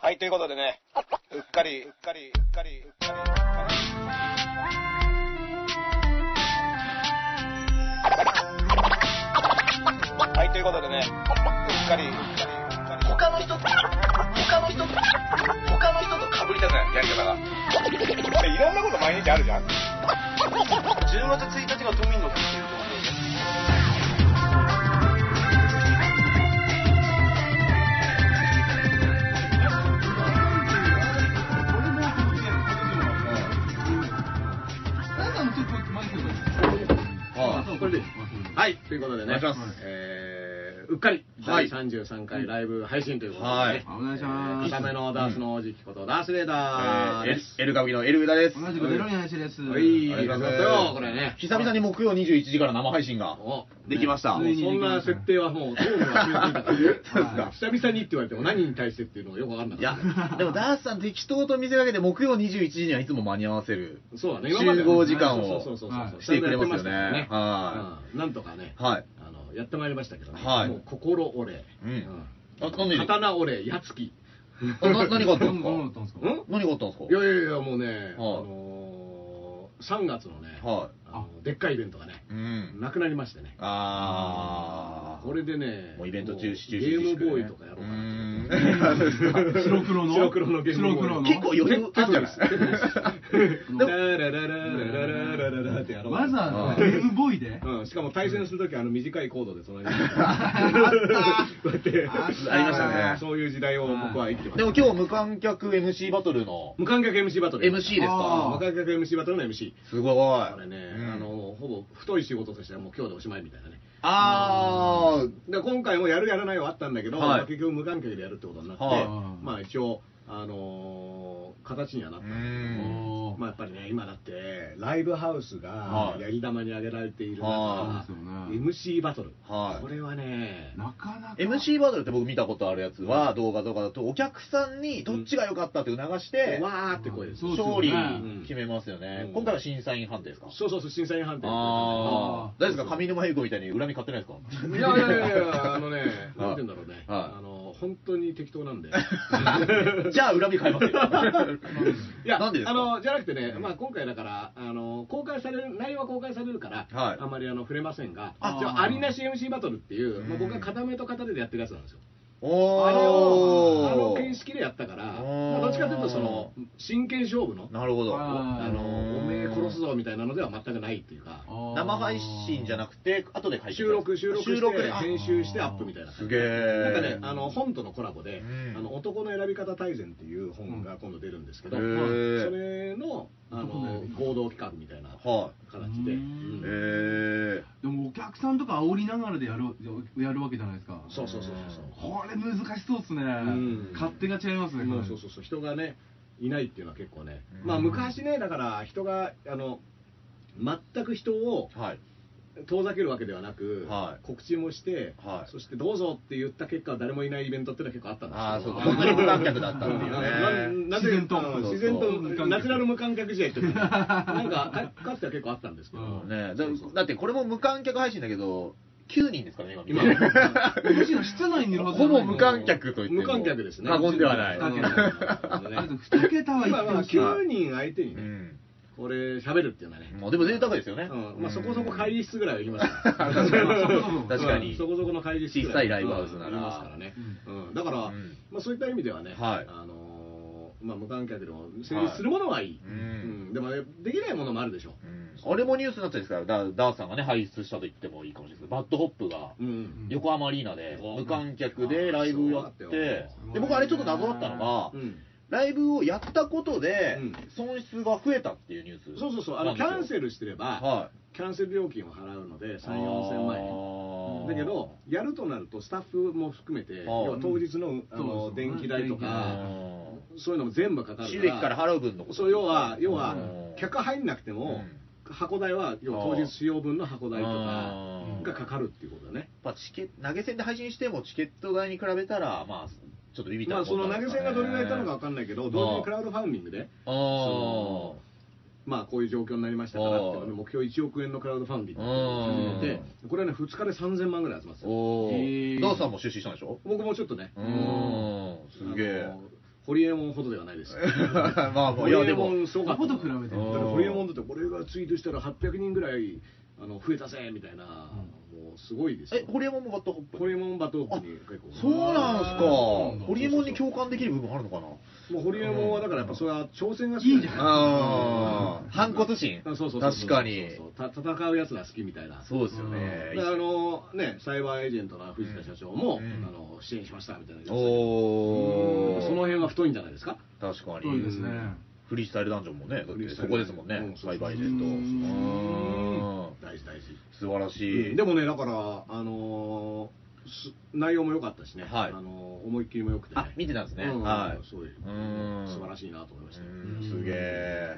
はい、ということでね、うっかり、うっかり、うっかり、うっかりうっかり。はい、ということでね、うっかり、うっかり、うっかり。他の人と、他の人と、他の人と被りたくない、やり方が。いろんなこと毎日あるじゃん。 10月1日が都民の日っていうところで。はい、ということでね、お願いしますえーうっかり、はい第33回ライブ配信ということで、ねはいお願いします固めのダースのおじきこと、ダースレーえーダーでエす。エルガミのエルウダです。同じくゼロに話です。はえい、ーありがとうございますこれね。久々に木曜21時から生配信がおできました。ねそんな設定はもう、当時は決めていたから、そうです久々にって言われても何に対してっていうのがよくわかんないかやっ、でもダースさん適当と見せかけて木曜21時にはいつも間に合わせる。た。そうだね、集合時間そうそうをそうそう。してくれますよちゃんとやっね。てましたからはうんなんとかねい。、はい。あの、やってまいりましたけどね、はいもう心折れ、うんうあなんで刀折れ、矢つき。あな 何があったん何ですがかあったんですかん何があったんですいやいやいや、もうね、あのー、3月のね、かはあのでっかいイベントがね、い。うん。なくなりましてね、あー。これでね、もうイベント中止中止ゲー自粛ムボねーイとかやろうかなとうーん白黒の白黒のゲームボーイ白黒の結構余裕あったじゃない ララララララララララってやろうわざわあざゲームボーイでうん、しかも対戦するときあの短いコードで隣にこうやってあったありましたねそういう時代を僕は生きてまですも今日無観客 MC バトルの無観客 MC バトル MC ですあ無かあ観客 MC バトルの MC すごい。あこれね、あのほぼ太い仕事としてはもう今日でおしまいみたいなねあーで今回もやるやらないはあったんだけど、はいまあ結局無観客でやるってことになって、はいまあ一応、あのー形にはなったんだけどおーまあやっぱりね今だってライブハウスがはいやり玉に挙げられている中、はい MC バトル、はいこれはねなかなか MC バトルって僕見たことあるやつは動画とかだとお客さんにどっちが良かったって促してわーって声ですそう勝利うん決めますよねうん今回は審査員判定ですかそうそうそう審査員判定ああー大丈夫ですか上沼恵子みたいに恨み買ってないですかいやいやいやいやあのね なんて言うんだろうねはいあの本当に適当なんでじゃあ恨み買いますよいや、なんでですかあのじゃなくてね、まあ、今回だからあの公開される、内容は公開されるから、はいあまりあの触れませんが、あ一応ありなし MC バトルっていう、うんまあ、僕が片目と片手でやってるやつなんですよ。あれをあのお形式でやったから、おーまあ、どっちかというとその真剣勝負のおなるほどあーあの、おめえ殺すぞぞみたいなのでは全くないっていうか、生配信じゃなくて後で配信収録、収録して、収録であ編集してアップみたいな感じ。すげえなんかね、あの本とのコラボで、うんあの男の選び方大全っていう本が今度出るんですけど、へそーれのあの男の選び方合同企画みたいなは形で、ういんえでーうんもお客さんとか煽りながらでやるやるわけじゃないですかそうそうそうそうこれ難しそうっすねん勝手が違いますねまこあれそうそうそう人がねいないっていうのは結構ね、うんまあ昔ねだから人があの全く人をはい遠ざけるわけではなく、はい告知もして、はいそしてどうぞって言った結果誰もいないイベントっていうのは結構あったんですああ、そうけか。ど本当に無観客だったって うんいうね。なな自ぜ然とうん自然そとう無観客ナチュラル無観客試合っ ていうのがなんかかかつては結構あったんですけど、うんねだだってこれも無観客配信だけど、9人ですからね、今。今むしろ室内にいるはずほぼ無観客と言っても無観客ですね過言ではない。無観客うんあと2桁は今いはってほし9人相手 にうね、ん。これ喋るっていうのはね、もうでも贅沢ですよね。うんまあ、そこそこ会議室ぐらいは行きますから確 かに確かにうんそこそこの会議室ぐら小さいライブハウスならうんいますからね、うんだから、うんまあ、そういった意味ではね、はいあのーまあ、無観客でも成立するものはいい、うんうんでもねできないものもあるでしょうんあれもニュースになってるんですから、ダダースさんがね、排出したと言ってもいいかもしれないですバッドホップがう、うん横浜アリーナでうん無観客でライブやってあーそうだっ、で、僕あれちょっと謎だったのがう、んライブをやったことでうん、損失が増えたっていうニュース。そうそうそうあのキャンセルしてれば、はキャンセル料金を払うのでい。 3 4千万円円だけど、やるとなるとスタッフも含めてー要は当日のあうのん電気代とかあそういうのも全部かかーる収益から払う分のことそう要は要はうん客入んなくてうんも箱代は要は当日使用分の箱代とかうんがかかるっていうことだねやっぱチケ投げ銭で配信してもチケット代に比べたらまあちょっとビビったまあその投げ銭がどれぐらいいたのかわあかんないけど同時にクラウドファンディングであそまあこういう状況になりましたからっていうのであー目標1億円のクラウドファンディングを始めてこれはね2日で3000万ぐらい集まってたおおへーダーさんも出資したんでしょ僕もちょっとねうんすげえあのホリエモンほどではないですまあ まあいやでもホリエモンすごかったアホと比べてだからホリエモンだって俺がツイートしたら800人ぐらいあの増えたぜみたいな、もうすごいですえよホリエモンもバットホップホリエモンバトークに結構そうなんすかうんホリエモンに共感できる部分あるのかなもうホリエモンはだからやっぱそれは挑戦が好きいいじゃんああ反骨心あそうそうそう確かにそうそうた戦うやつが好きみたいなそうですよねであのねサイバーエージェントの藤田社長も、うんあの支援しましたみたいな言ってましたけおどおその辺は太いんじゃないですか確かそうでにすね。フリースタイルダンジョンもねだっフリーてスそタイルこですもんうねんサイバーエージェントううん大事大事素晴らしいでもねだからあのーす内容も良かったしね、はいあのー思いっきりも良くて、あ見てたんですねうんはいそういううん素晴らしいなと思いましたようんすげえ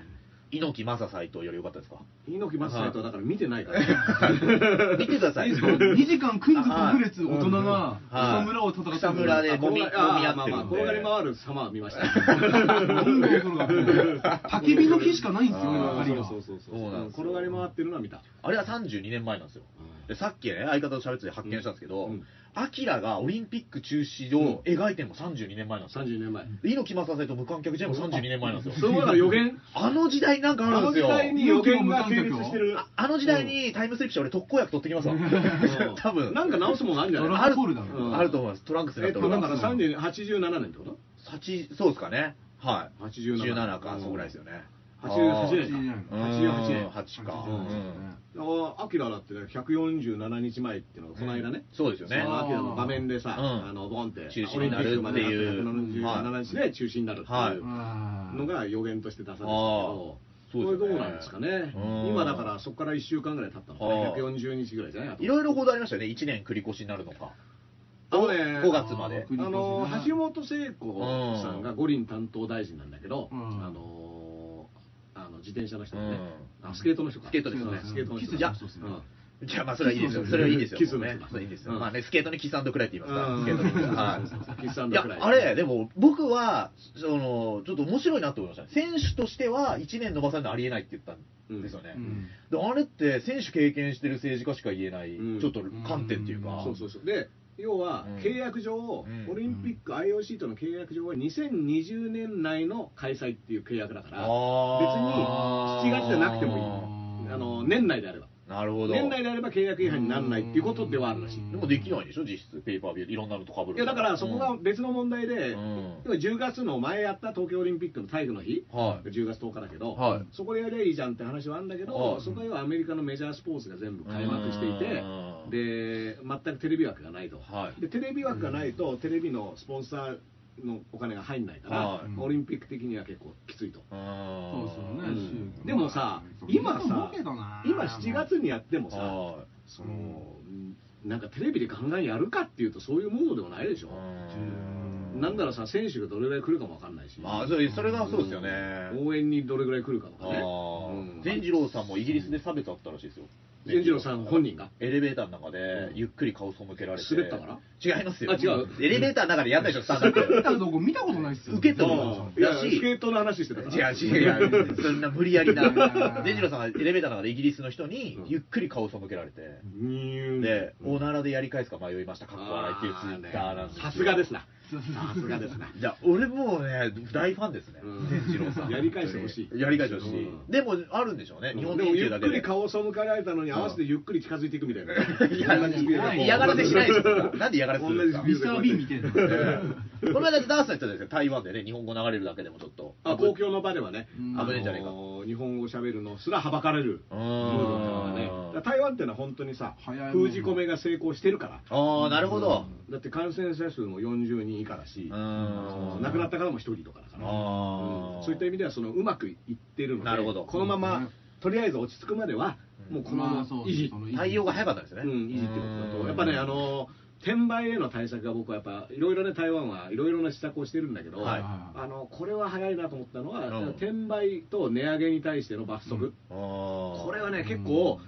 猪木正斎とより良かったですか猪木正也とはだから見てないから、 見てください2時間くんずとくれつ大人がはい草むらを戦ってる草むらであ揉み転が揉み合ってるんであまあまあ転がり回る様は見 ましたどんどん恐れが焚き火の火しかないんですよあー明かりがそうそうそうそそううなんですよ転がり回ってるのは見たあれは32年前なんですよでさっきね相方と喋ってて発見したんですけど、うんアキラがオリンピック中止を描いてるのも32年前なんですよ、 32年前猪木正成と無観客試合も32年前なんですそよ、うだから予言あの時代なんかあるんですよあの時代に予言が成立してるああの時代にタイムスリップして俺特効薬取ってきますわ、 多分なんか直すもんあるんじゃドないラゴンボールだうろ。んあると思いますトランクスになえっってと俺だがから30 87年ってこと八そうですかねはい87 17かそこぐらいですよね88年88うん88年八か、 88う年んあアキラだってね147日前っていうのがこの間ね、そうですよねそのアキラの場面でさ、うんあのボンって中止になるっていうオリンピックまであと177日で中止になるってはいいううんのが予言として出されてたけど、これどうなんですかね、うん今だからそこから1週間ぐらい経ったのかな、あー140日ぐらいじゃないあといろいろ報道ありましたよね1年繰り越しになるのかあのね5月まであの橋本聖子さんうが五輪担当大臣なんだけど、うんあのーあの自転車の人ね、うんあスケートの人かスケートですねうんスケートの人キスの人ですねうんいや、まあ、それはいいですよ。それはいいですよ。キスのね人だ。それいいですよ。うんまあね、スケートにキスくらいって言いますから、うんスケートにキスそうそうそうキスはい。いくやらい、あれ、でも、僕は、その、ちょっと面白いなと思いました。選手としては、1年延ばされるのありえないって言ったんですよね。うんであれって、選手経験してる政治家しか言えない、うんちょっと観点っていうか、んそうそうそうで要はうん契約上、んオリンピック IOC との契約上は2020年内の開催っていう契約だから別にあー7月じゃなくてもいいあーあの年内であればなるほど。年内であれば契約違反にならないっていうことではあるらしいでもできないでしょ、実質、ペーパービュー、いろんなのとかぶるいやだからそこうがん別の問題で、うん要は10月の前やった東京オリンピックの体育の日、はい10月10日だけど、はいそこでやりゃいいじゃんって話はあるんだけど、はいそこは要はアメリカのメジャースポーツが全部開幕していて、うんで全くテレビ枠がないと、はいでテレビ枠がないと、テレビのスポンサーのお金が入んないから、はいオリンピック的には結構きついと。うんそうですよねうん週でもさまあ今それ思さうけどな今7月にやってもさはそのなんかテレビでガンガンやるかっていうとそういうものでもないでしょい。うんなんならさ選手がどれぐらい来るかもわかんないし、まあ、それそれがそうですよね。応援にどれぐらい来るかとかあねうんあ。善次郎さんもイギリスで差別あったらしいですよ。善次郎さん本人がエレベーターの中でう、んゆっくり顔背けられて。滑ったか違いますよ。あ違うエレベーターの中でやったでしょ、スタンダッ見プ。たとこ見たことないっすよ受け取るああうんいやらしいスケートの話してたから違う違う、そんな無理やり な。ん善次郎さんがエレベーターの中でイギリスの人にうん、ゆっくり顔背けられて。ニューンで、おならでやり返すか迷いました、かっこ笑いっていうツイッターなんですよさすがですなさすがですないや、俺もうね、大ファンですねうん、善次郎さん。やり返してほしいやり返してほしい。うんでも、あるんでしょうね、で日本も人ゆ中だっけくでり。顔を背けられたのに合わせてゆっくり近づいていくみたいないや嫌がらせしないでしょ。なんで嫌がらせするんですかミスター・ビーンみたいな この間だってダンスの人ですよ、台湾でね、日本語流れるだけでもちょっと。あ公共の場ではねうん危ねえじゃねえかあの日本語喋るのすらはばかれるうルールってのがねだかーらん。台湾っていうのは本当にさ早いもん封じ込めが成功してるからああ、なるほど。だって感染者数も40人以下だうし、んあの亡くなった方も1人とかだから、あーうんそういった意味ではそのうまくいってるのでなるほどこのまま、うんとりあえず落ち着くまでは、もうこのまま維持、対応が早かったですね。うん、維持ってことだうとんやっぱねあの転売への対策が僕はやっぱいろいろね台湾はいろいろな施策をしてるんだけど、はいあのこれは早いなと思ったのは、うん転売と値上げに対しての罰則、あーこれはね結構、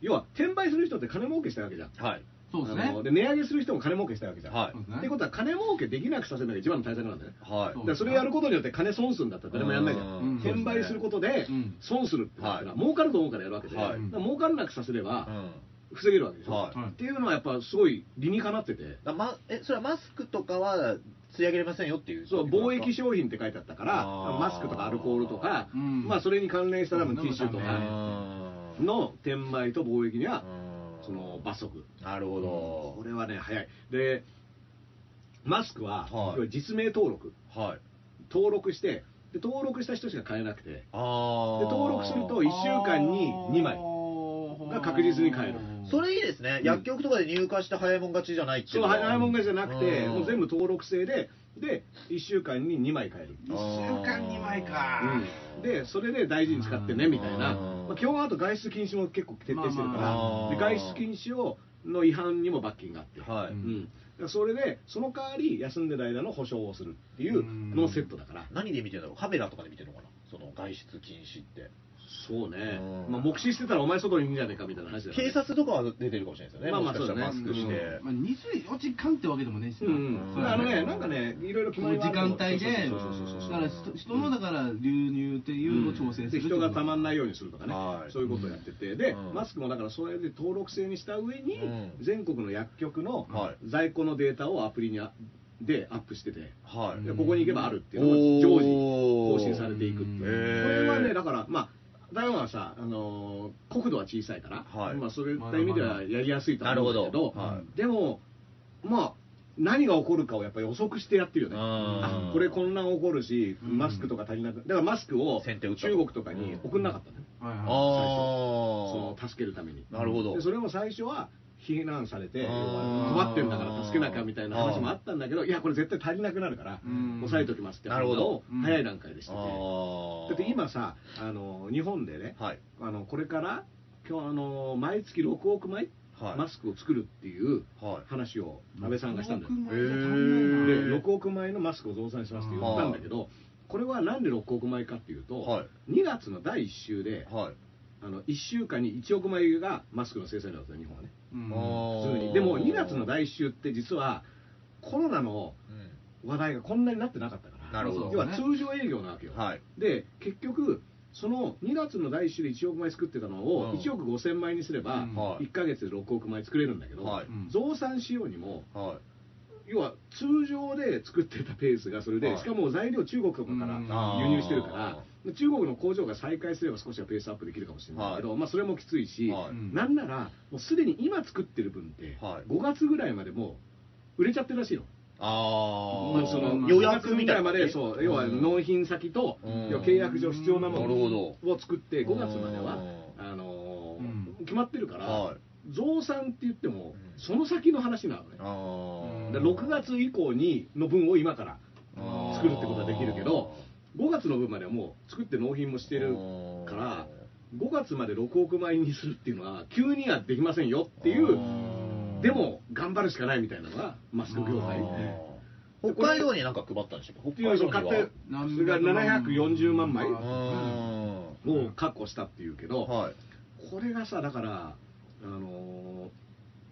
要は転売する人って金儲けしたわけじゃんはい。そうですあねので値上げする人も金儲けしたわけじゃん、はいそうですっねていうことは金儲けできなくさせるのが一番の対策なんだよね。はそうだい。からそれやることによって金損するんだったら誰もやんないじゃ。うんんそうです転ね売することでうん損するってことだから、は儲かると思うからやるわけで、はいだから儲からなくさせれうばん防げるわけでしょ。はいっていうのはやっぱすごい理にかなってて、だまえそれはマスクとかは釣り上げれませんよっていう。そう貿易商品って書いてあったからあーマスクとかアルコールとか、うんまあ、それに関連した多分うテんィッシュとかあーの転売と貿易にはうんその罰則なるほこど。れはね早いでマスクは、はい要は実名登録はい。登録してで登録した人しか買えなくてああ。で登録すると1 1週間に2枚が確実に買えるそれいいですね、うん薬局とかで入荷した早いもん勝ちじゃないっていそううのは早いもん勝ちじゃなくてうんもう全部登録制でで1週間に2枚買える一週間二枚かうんでそれで大事に使ってねみたいな、うんまあ、基本はあと外出禁止も結構徹底してるから、まあまあで外出禁止をの違反にも罰金があって、はい、うんうん、だからそれでその代わり休んでる間の保証をするっていうのもセットだから、何で見てるんだろうカメラとかで見てるのかなその外出禁止ってそうね、うんまあ、目視してたらお前外にいんじゃねえかみたいな話だよね警察とかは出てるかもしれないですよね、まあまあもしかしたらマそスうだねクして、まあ、24時間ってわけでもねえしうんな、うん、そだれかはらあねのね、なんかね、いろいろ決そまりのはあ時るけど間帯で、そうそうそうそうそうだから人人のだから流入っていうのを調整すでる、人がたまんないように、にするとかね、はいそういうことをやってて、で、うんマスクもだからそれで登録制にした上に、うん全国の薬局のは在庫のデータをアプリにあでアップしてて、はい、うんでここに行けばあるっていうのが常時更新されていくっていう、へーそれはね、だから、まあ、台湾はさ、あのー国土は小さいから、はいまあ、そういった意味ではやりやすいとはなる思うほんだけど、ど、はいでも、まあ、何が起こるかをやっぱり予測してやってるよね。あーこれ混乱起こるし、マスクとか足りなくだからマスクを先手中打った国とかに送んなかったのね、はいはい、あその助けるために。あなるほどでそれも最初は避難されて、あー困ってんだから助けなきゃみたいな話もあったんだけど、いや、これ絶対足りなくなるから、うん抑えときますってなるほど判断を早い段階でしてて、あだって今さ、あの日本でね、はいあのこれから今日あの毎月6億枚、はいマスクを作るっていうはい話を安倍さんがしたんだよ。 6枚じゃ足んでないなへー6億枚のマスクを増産しますって言ったんだけど、これはなんで6億枚かっていうと、はい2月の第1週で、はいあの1週間に1億枚がマスクの生産量だったよ日本はね、うんあー普通に。でも2月の第1週って、実はコロナのう話題がこんなになってなかったから、なるほど要は通常営業なわけよ。んはいで結局その2月の第1週で1億枚作ってたのうをん1億5000枚にすればうんはい1ヶ月で6億枚作れるんだけど、はいうん増産しようにもはい要は通常で作ってたペースがそれで、はいしかも材料中国とかからうん輸入してるから中国の工場が再開すれば少しはペースアップできるかもしれないけど、まあ、それもきついし、はいうんなんならもうすでに今作ってる分ってはい5月ぐらいまでもう売れちゃってるらしいの。あまああ、その予予約約みみたたいいななまで、そう、要は納品先と、うん要は契約上必要なもなるほのを作って、うん5月までは、あのーうん決まってるから、はい増産って言ってもう、んその先の話なのね。あーで6月以降にの分を今から、あー作るってことはできるけど5月の分まではもう作って納品もしてるから、5月まで6億枚にするっていうのは、急にはできませんよっていう、あーでも頑張るしかないみたいなのが、マスク業界。あー北海道に何か配ったんでしたっけって北い海う道のに買っはてそれが740万枚うを確保したっていうけど、はいこれがさだから、あの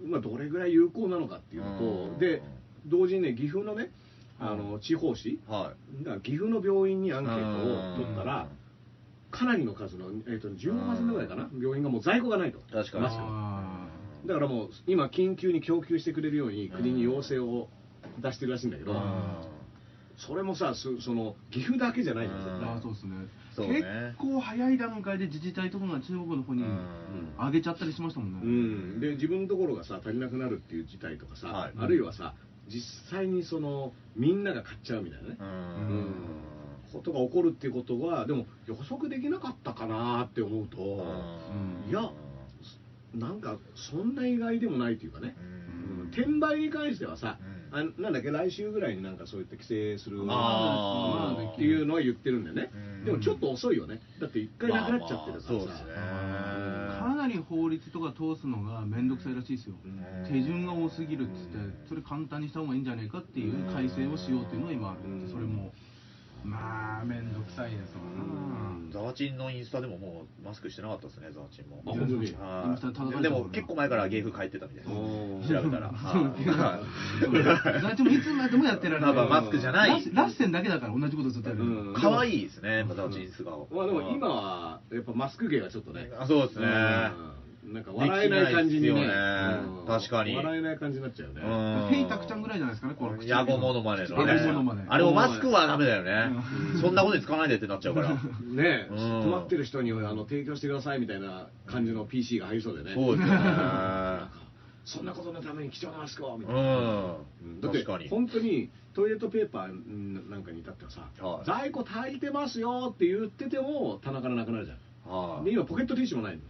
ーまあ、どれぐらい有効なのかっていうのうんとで同時にね岐阜のねあの地方紙はだから岐阜の病院にいアンケートを取ったらかなりの数の、えー、と15%ぐらいかな病院がもう在庫がないと確かにマスクのあだからもう今緊急に供給してくれるように国に要請を出してるらしいんだけどそれもさすその岐阜だけじゃないんだよ絶ー対あーそうですねそうね結構早い段階で自治体とかが中国の方にうん上げちゃったりしましたもんね、うん、で自分のところがさ足りなくなるっていう事態とかさ、はいあるいはさ実際にそのみんなが買っちゃうみたいなね、うんことが起こるっていうことはでも予測できなかったかなって思うと、んいやなんかそんな意外でもないというかねう、うんん転売に関してはさ、うんあなんだっけ来週ぐらいになんかそういった規制するあーっていうのは言ってるんでね、うんでもちょっと遅いよねだって一回なくなっちゃってるからさ、まあまあそうですねかなり法律とか通すのが面倒くさいらしいですよ、うん手順が多すぎるっつってそれ簡単にした方がいいんじゃないかっていう改正をしようっていうのが今あるうんそれもまあ面倒くさいですわうんザワチンのインスタでももうマスクしてなかったですね、ザワチンも。あ本当にはいインスタ叩かれたでも結構前から芸風変えてたみたいおです。ー調べたら。なはいそうザワチンもいつまでもやってられまあるまあマスクじゃないラッラッセンだけだから同じことずっとやる、うん可愛いですね、ザワチン素顔。まあでも今はやっぱマスク芸がちょっとね、あそうですね。うんなんか笑えない感じにでねきないっすよねうん確かに笑えない感じになっちゃうね、うんヘイタクちゃんぐらいじゃないですかね、この口ヤゴモノマネのねヤゴモノマネ。あれをマスクはダメだよねう。んそんなことに使わないでってなっちゃ うから。ねえ、うん止まってる人にあの提供してくださいみたいな感じの PC が入りそうでね、そうですよね。そんなことのために貴重なマスクをみたいな、うん。だって確かに。本当にトイレットペーパーうんなんかに至ってはさ、はい在庫足りてますよって言ってても棚からなくなるじゃん、はいで今ポケットティッシュもないの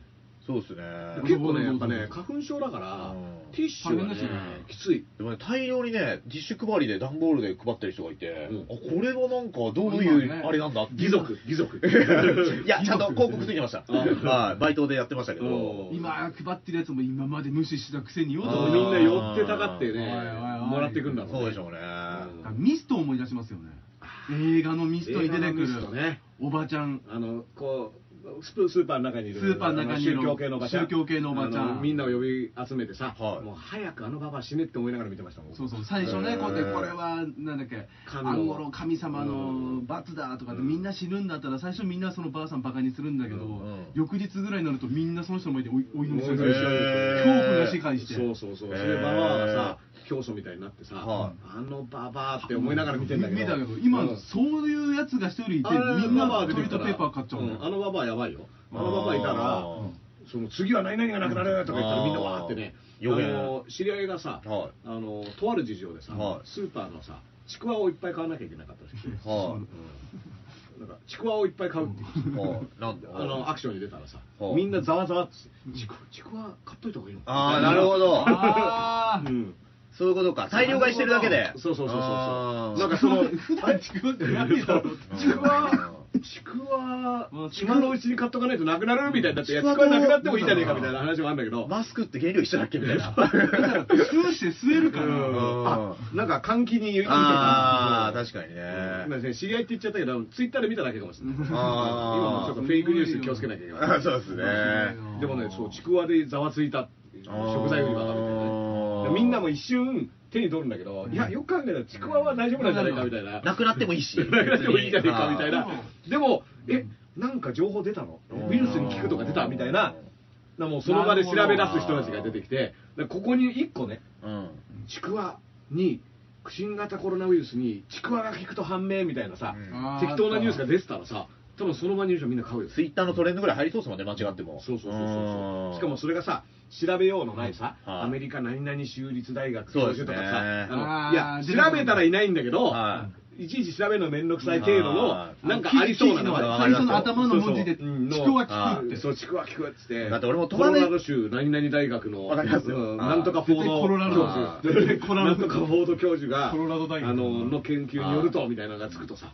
そうですね。結構ねやっぱね花粉症だからうんティッシュが大変でねすよねきついでもね、大量にね、ティッシュ配りで段ボールで配ってる人がいて、うんあこれはなんかどうい今ねうあれなんだって義足義足 いや、ちゃんと広告ついてました。はい、バイトでやってましたけど。今配ってるやつも今まで無視したくせによみとあ思ーいんな寄ってたがっておいねおいおいもらってくんだろそうでしょうね。あミストを思い出しますよね映画のミストに出てくる映画のミストねおばちゃんあのこうスプスーパーの中にいるスーパーの中にいるあ宗教系のおばちゃん宗教系のおばちゃんあのみんなを呼び集めてさ、はいもう早くあのババア死ねって思いながら見てましたもんそうそう最初へねーこうやってこれはなんだっけ神のアンゴロ神様うのん罰だとかってうんみんな死ぬんだったら最初みんなそのばあさんバカにするんだけどうんうん翌日ぐらいになるとみんなその人の前でおいお祈りするんおですよ祈りする恐怖が支配してそうそうそう、へーそれババアがさ教祖みたいになってさ、はあのババアって思いながら見てんだけど見たけど今うんそういうやつが一人いてあれみんなババアが出トてイレッきたトらペーパー買っちゃうんだんあよのババアやばいよあのババアいたらあその次は何々がなくなるとか言ったらみんなわーってねあよくやるの知り合いがさーはあのとある事情でさ、はいスーパーのさちくわをいっぱい買わなきゃいけなかったらしくて、い。はなんかちくわをいっぱい買うっていうい。はい。なんで あのアクションに出たらさ、はあみんなざわざわっつってちくわちくわ買っといた方がいいのあー、なるほど。あうーん、そういうことか。大量買いしてるだけで。そうそうそうそうあそうーなんかその普段ちくわってないだろ ちくわちくわうん今のうちに買っとかないとなくなるみたいになっていやちちくわくわなくなってもいいじゃねえかみたいな話もあるんだけどマスクって原料一緒だっけみた いな。吸うして吸えるかうらんあなんか換気に言うみたいあなあ、確かにね。今ね知り合いって言っちゃったけどツイッターで見ただけかもしれない今あもちょっとーフェイクニュースに気をつけなきゃいけないあーそうですね。でもねそうちくわでざわついた食材売り場だみたいなねあでーみんなも一瞬手に取るんだけど、いや、よく考えたらちくわは大丈夫なんじゃないかみたいな。なくなってもいいし。なくなってもいいんじゃないかみたいあな。でも、え、なんか情報出たのーウイルスに効くとか出たみたいな。なもうその場で調べ出す人たちが出てきて、だここに1個ね、うん。ちくわに、新型コロナウイルスにちくわが効くと判明みたいなさ、うんあ適当なニュースが出てたらさ、多分その場にいる人みんな買うよ。ツイッターのトレンドぐらい入りそうですもんね、間違っても。そうそううそうそうそんうしかもそれがさ調べようのないさ、はいアメリカ何々州立大学そう教です授ねとかさ、あのあーいや調べたらいないんだけど、、はいちいち調べるの面倒くさい程度のあーなんかありそうなの記事のわか最りま初すの頭の文字でちそうそううんくわ聞くってそうちくわ聞くっつってだって俺もコ止まロねラド州何々大学のわかりますようんあーなんとかフォード絶対コロラド教授絶対コロラなんドとかフォード教授がコロラド大学あのの研究によるとみたいなのがつくとさ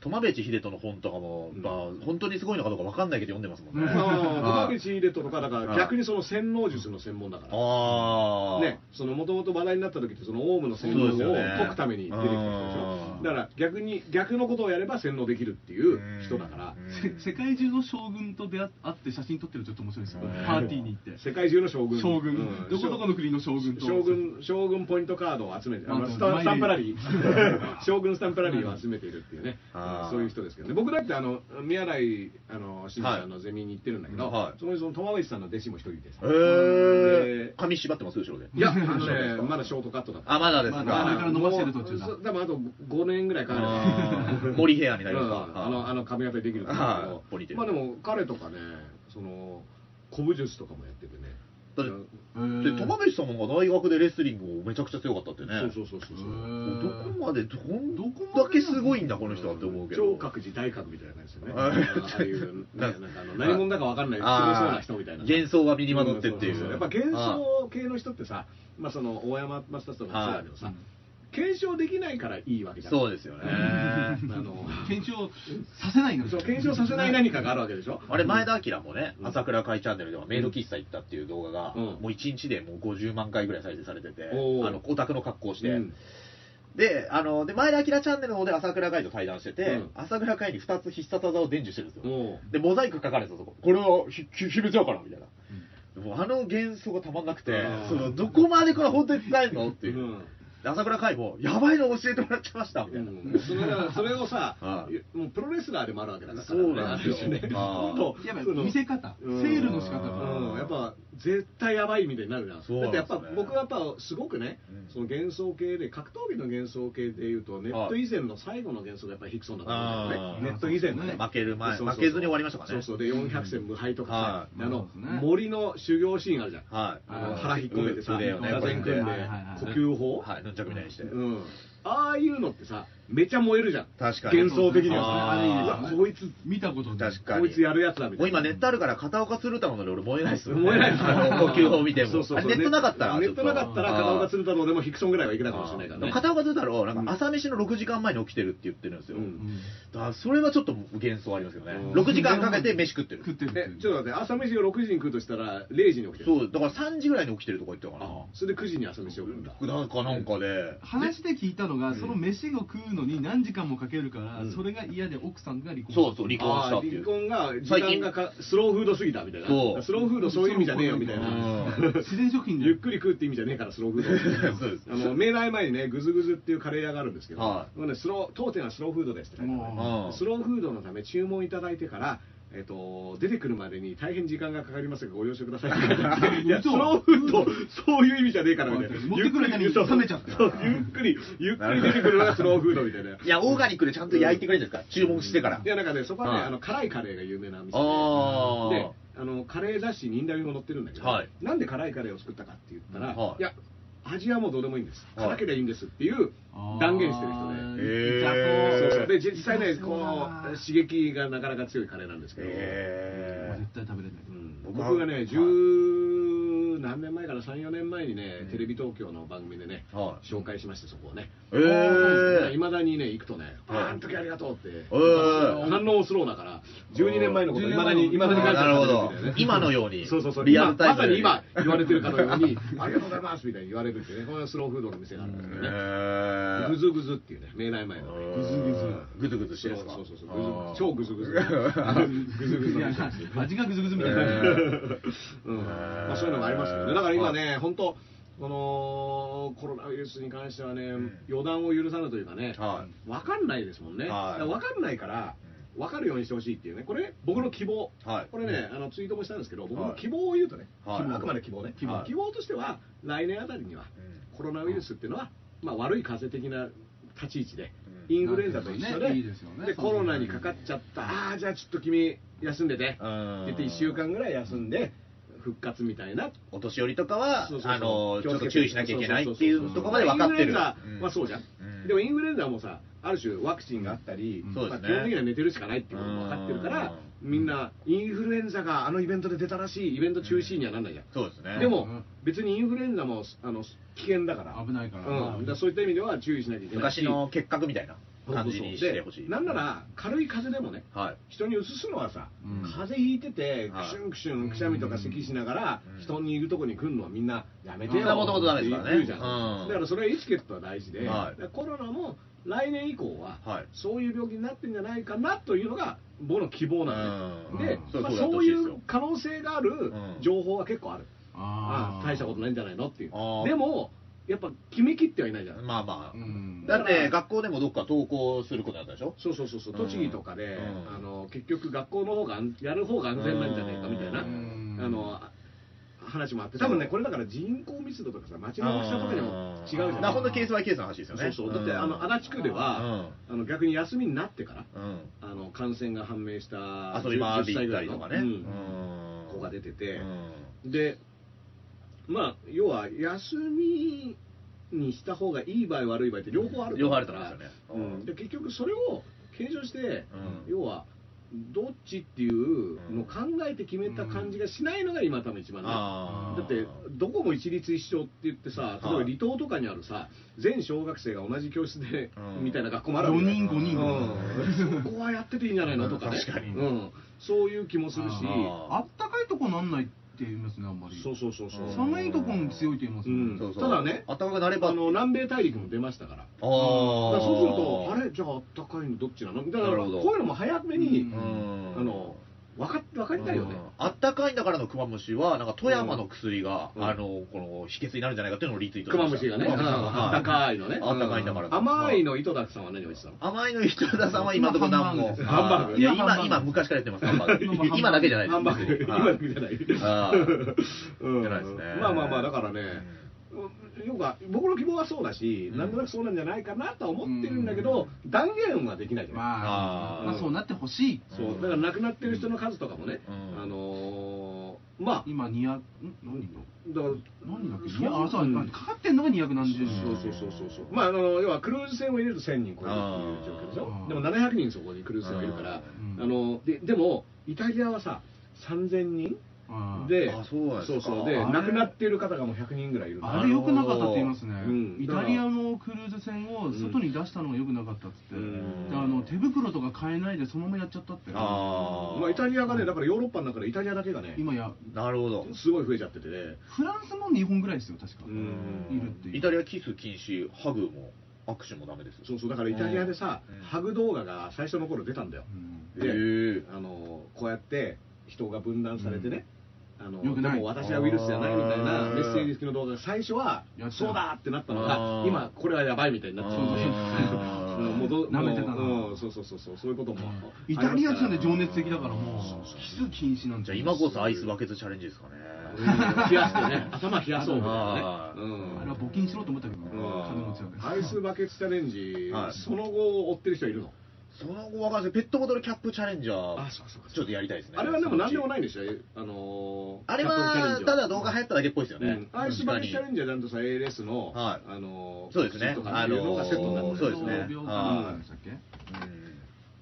苫米地秀人の本とかも、まあ、本当にすごいのかどうかわかんないけど読んでますもんね。ああー戸ー田口入れととかだかあらー逆にその洗脳術の専門だからあー。ね、そのもともと話題になった時ってそのオウムの洗そうです脳よをね解くために出てきた人でしうょんだから逆に逆のことをやれば洗脳できるっていう人だからうん世界中の将軍と出会って写真撮ってるのちょっと面白いですようんパーティーに行って世界中の将軍将軍、うんどこどこの国の将軍と将軍将軍ポイントカードを集めてあのあとスタマイスレージタンプラリー 将軍スタンプラリーを集めているっていうねあーそういう人ですけどね僕だってあの宮台あの新さんのゼミに行ってるんだけど、はいそこにその友達さんの弟子も一人いてさ、えーで。髪縛ってます、後ろで。いやあのねまだショートカットだったあ、まだですか。まあこれから伸ばしてる途中だもう多分あと5年ぐらいかかるあー 森ヘアになりますかうんあのあの髪型にできると思はいうポんだニーテけーどルまあでも彼とかねその古武術とかもやっててねだっうんえーで、苫米地さんが大学でレスリングをめちゃくちゃ強かったってね。そうそうそうそうえそうーどこまで、どんどこどまでこだけすごいんだ、この人はって思うけど。聴覚寺大覚みたいな感じですよねあああいう ねなんかあの何者だか分かんない強そうな人みたいなあー幻想が身にまとってっていう。そそそやっぱ幻想系の人ってさまあその大山マスターとかもそうだけどうさん検証できないからいいわけじゃんそうです よね。あの 検証させないのそう検証させない何かがあるわけでしょあれ、前田明もね、うん朝倉会チャンネルではメイド喫茶行ったっていう動画が、うんもう1日でもう50万回ぐらい再生されてて、おーあの、オタクの格好をして、うんで、あの、で、前田明チャンネルの方で朝倉会と対談してて、うん朝倉会に2つ必殺技を伝授してるんですよ。もで、モザイク書かれてたとこ、これはひひ決めちゃうから、みたいな。もうあの幻想がたまんなくてあ、ーそのどこまでこれ本当に伝えるのっうていう。うんだで朝倉海も、やばいの教えてもらっちゃいました、みたいな。うんそれがそれをさ は、もうプロレスラーでもあるわけだから、そうなんですよある種ねあー本当やっ そぱの見せ方、セうんールの仕方うんが。やっぱ絶対やばいみたいになるなそうなんだってでやすっねぱ僕はやっぱすごくね、うんその幻想系で格闘技の幻想系でいうとネット以前の最後の幻想がやっぱりヒクソンだったんだよあーねネット以前のね負ける前そうそうそう負けずに終わりましたからねそうそうで400戦無敗とかさ、はいであのそうですね森の修行シーンあるじゃんはい。あのはい腹引っ込めてさ腕をね座禅組んではいはいはい呼吸法、はい、ヌンチャクみたいにして。うん、ああいうのってさめちゃ燃えるじゃん確かに。幻想的にあはーさうわこいつ見たことない。確かに。こいつやるやつだみたもういな今ネットあるから片岡鶴太郎ので俺燃えないっすよ、燃えないあの呼吸法見ても。そうそうそあうれネットなかったら。ネットなかったら片岡太鶴太郎でもヒクソンぐらいはいけたかもしれないからね片岡鶴太郎、なんか朝飯の6時間前に起きてるって言ってるんですよ。うんだからそれはちょっと幻想ありますよねうん。 6時間かけて飯食ってる。食ってる。えちょっと待って朝飯を6時に食うとしたら0時に起きてるそう、だから3時ぐらいに起きてるとか言ってたかあな。それで9時に朝飯を食うんだなんかなんかで。話で聞いたのが、その飯を食うのに何時間もかけるから、うんそれが嫌で奥さんが離婚そうそう、離婚したあっていー離う。婚が時最間近がかスローフードすぎたみたいなそうスローフードそういう意味じゃねえよみたいなうん自然食品じゃ ゆっんくり食うって意味じゃねえからスローフー ドそうですあの命題前にねグズグズっていうカレー屋があるんですけど、はもうねスロー当店はスローフードですって書いてあうるんスローフードのため注文いただいてから、えっと出てくるまでに大変時間がかかりますがご了承くださいって書いてあるいやス嘘ローフードそういう意味じゃねえからみたいな持ってくる間にゆっくりそう冷めちゃってそうゆっくりゆっくり出てくるのがスローフードみたいないや、オーガニックでちゃんと焼いてくれるんですか注文してからい。やなんかねそこはね、はいあの辛いカレーが有名なお店であーであのカレー雑誌にインタビューも載ってるんだけど、はいなんで辛いカレーを作ったかって言ったら、はいいや味はもうどうでもいいんですはい辛ければいいんですっていう断言してる人で、へーそうそうでで実際ねそうだこなう刺激がなかなか強いカレーなんですけど、え絶対食べれない、うん僕は僕がね十、は何年前から34年前にね、テレビ東京の番組でねー。はい。紹介しましたそこをねえいー。まだにね行くとね「はいあん時ありがとう」ってー反応スローだから12年前のこといまだにいまだにあ感謝なるほさどれてるみたいなね。今のように。そうそうそうリアルタイム今までさに今言われてるかのように 「ありがとうございます」みたいに言われるってねこれはスローフードの店なんですけどねへーグズグズっていうね明大前のねグズグズ。グズグズしてるんですかそうそうそうそうグズグズ超グズグズグズグズいや味がグズグズみたいな、 うんまあ、そういうのがありますけどね、だから今ね、本当、このコロナウイルスに関してはね、予断を許さぬというかね、は分かんないですもんね、はい分かんないから、分かるようにしてほしいっていうね、これ、僕の希望、はいこれね、あのツイートもしたんですけど、僕のはい希望を言うとね、はい希望あくまで希望ね、希望希望としては、来年あたりには、い。コロナウイルスっていうのは、まあ、悪い風邪的な立ち位置で、うんインフルエンザと一緒で,、ねいいですよねでコロナにかかっちゃった、ああ、じゃあちょっと君、休んでて。出て1週間ぐらい休んで復活みたいなお年寄りとかはそうそうそうあのち気ょをっつけとて注意しなきゃいけないっていうところまで分かってるまあインフルエンザはそうじゃん、うんでもインフルエンザもさある種ワクチンがあったり、うんそうまですあ、基ね本的には寝てるしかないっていうことも分かってるからみんなインフルエンザがあのイベントで出たらしいイベント中止にはならないじゃん、そうですねでもうん別にインフルエンザもあの危険だから危ないから,、うん、だからそういった意味では注意しなきゃいけないし昔の結核みたいな感じにしてほしいでなんなら軽い風邪でもねはい人にうつすのはさ、うん風邪ひいててはいクシュンクシュンくしゃみとか咳しながら、うん人にいるとこに来るのはみんなやめてそよれは元々ダメですからね言うじゃん、うんだからそれはエチケットは大事で、はいだからコロナも来年以降は、はいそういう病気になってんじゃないかなというのが僕の希望なうんんで、うでんまあ、そうそうそういう可能性があるうん情報は結構ある、あああー大したことないんじゃないのっていうあーでもやっぱ決めきってはいないじゃんまあまあ、うんだって学校でもどっか登校することだったでしょそうそうそうそううん栃木とかで、うんあの結局学校の方が安やる方が安全なんじゃないかみたいな、うんあのあ話もあって多分ねこれだから人口密度とかさ街の大きさとかにも違うじゃだからなほいんとケースバイケースの話ですよそねうそうだってあの足立区では、あの逆に休みになってからうん、うんあの感染が判明した遊び回り10歳行っぐたらいりのとかね、ううんん子が出ててう、んでまあ要は休みにした方がいい場合悪い場合って両方ある両方あるかと思らうんですようね、んで結局それを検証して、うん要はどっちっていうのを考えて決めた感じがしないのが今多分一番ね、あーだってどこも一律一緒って言ってさ例えば離島とかにあるさ全小学生が同じ教室で、うんみたいな学校もあるわ4けだよ人5人、うん、そこはやってていいんじゃないのとかね 確かにうん、そういう気もするしああったかいとこなんないって言いますねあんまりそうそうそうそう、うん寒いとこも強いと言いますもんね、うんそうそうただね暖かくなればあの南米大陸も出ましたかあらだからーそうするとあれじゃああったかいのどっちなのだかならるこほうどいうのも早めに、うんうんあのわか分かりたいよねうんあったかいんだからのクマムシは、なんか富山の薬が、うんあの、この秘訣になるんじゃないかっていうのをリツイートクマムシがね、うんああっったたかかいいののねね。。あったかいんだから。甘いの糸田さんは何を言ってたの甘いの人田さんは今のところ何も。今ハンバーグあいや今ハンバーグ今、今、昔からやってます、ハンバー今ハンバーグ。グ今だけじゃないです。ハンバーグ、別に今だけじゃない。あーうんじゃないですねまあまあまあ、だからね、要は僕の希望はそうだし、うんなんとなくそうなんじゃないかなとは思ってるんだけど、断言はできないじゃない、まああーまあそうなってほしいそうだから亡くなってる人の数とかもね、うんあのーまあ、今200ん何人だから何だっけそういやあそううんかかってんのが200何十そう人そうそうそうそう、まあ、あの要はクルーズ船を入れると1000人超えるっていう状況でしあょ、ーでも700人そこにクルーズ船がいるから、うんあのででも、イタリアはさ、3000人あーであ、そうなんですそうかそうで、あれ亡くなっている方がもう100人ぐらいいるんだあれ良くなかったって言いますね、うんイタリアのクルーズ船を外に出したのが良くなかったっつって、うんであの手袋とか買えないでそのままやっちゃったってあーまあ、イタリアがね、だからヨーロッパの中でイタリアだけがね、今やなるほど。すごい増えちゃっててね、フランスも日本ぐらいですよ確か、ういるっていうイタリアキス禁止、ハグも握手もダメです。そうそう、だからイタリアでさうん、ハグ動画が最初の頃出たんだよ。うんへでー、あのこうやって人が分断されてね、あのでよくないも私はウイルスじゃないみたいなあーメッセージ付きの動画が最初はやってたそうだってなったのあがー今これはやばいみたいになってあーもうど舐めてたなもううんそうそうそうそうそういうこともイタリア人で情熱的だからうもんうキス禁止なんてじゃあ今こそアイスバケツチャレンジですかね。うん冷やしてね頭冷やそうみたいあなねーうんあれは募金しろと思ったけど、ね、うん金持ちはねアイスバケツチャレンジ、はいその後追ってる人いるのその後わかんないですペットボトルキャップチャレンジャー、あそうかそうかちょっとやりたいですね。。あれはでも何でもないいんでしょあのーあれキャッはプチャレンジ、ただ動画流行っただけっぽいですようねん。アイスバケツチャレジンジはちゃんとさ ALS の、はいあのーそうですねとかっていうのがセットになってるそうですね病気あーなんでしたっけ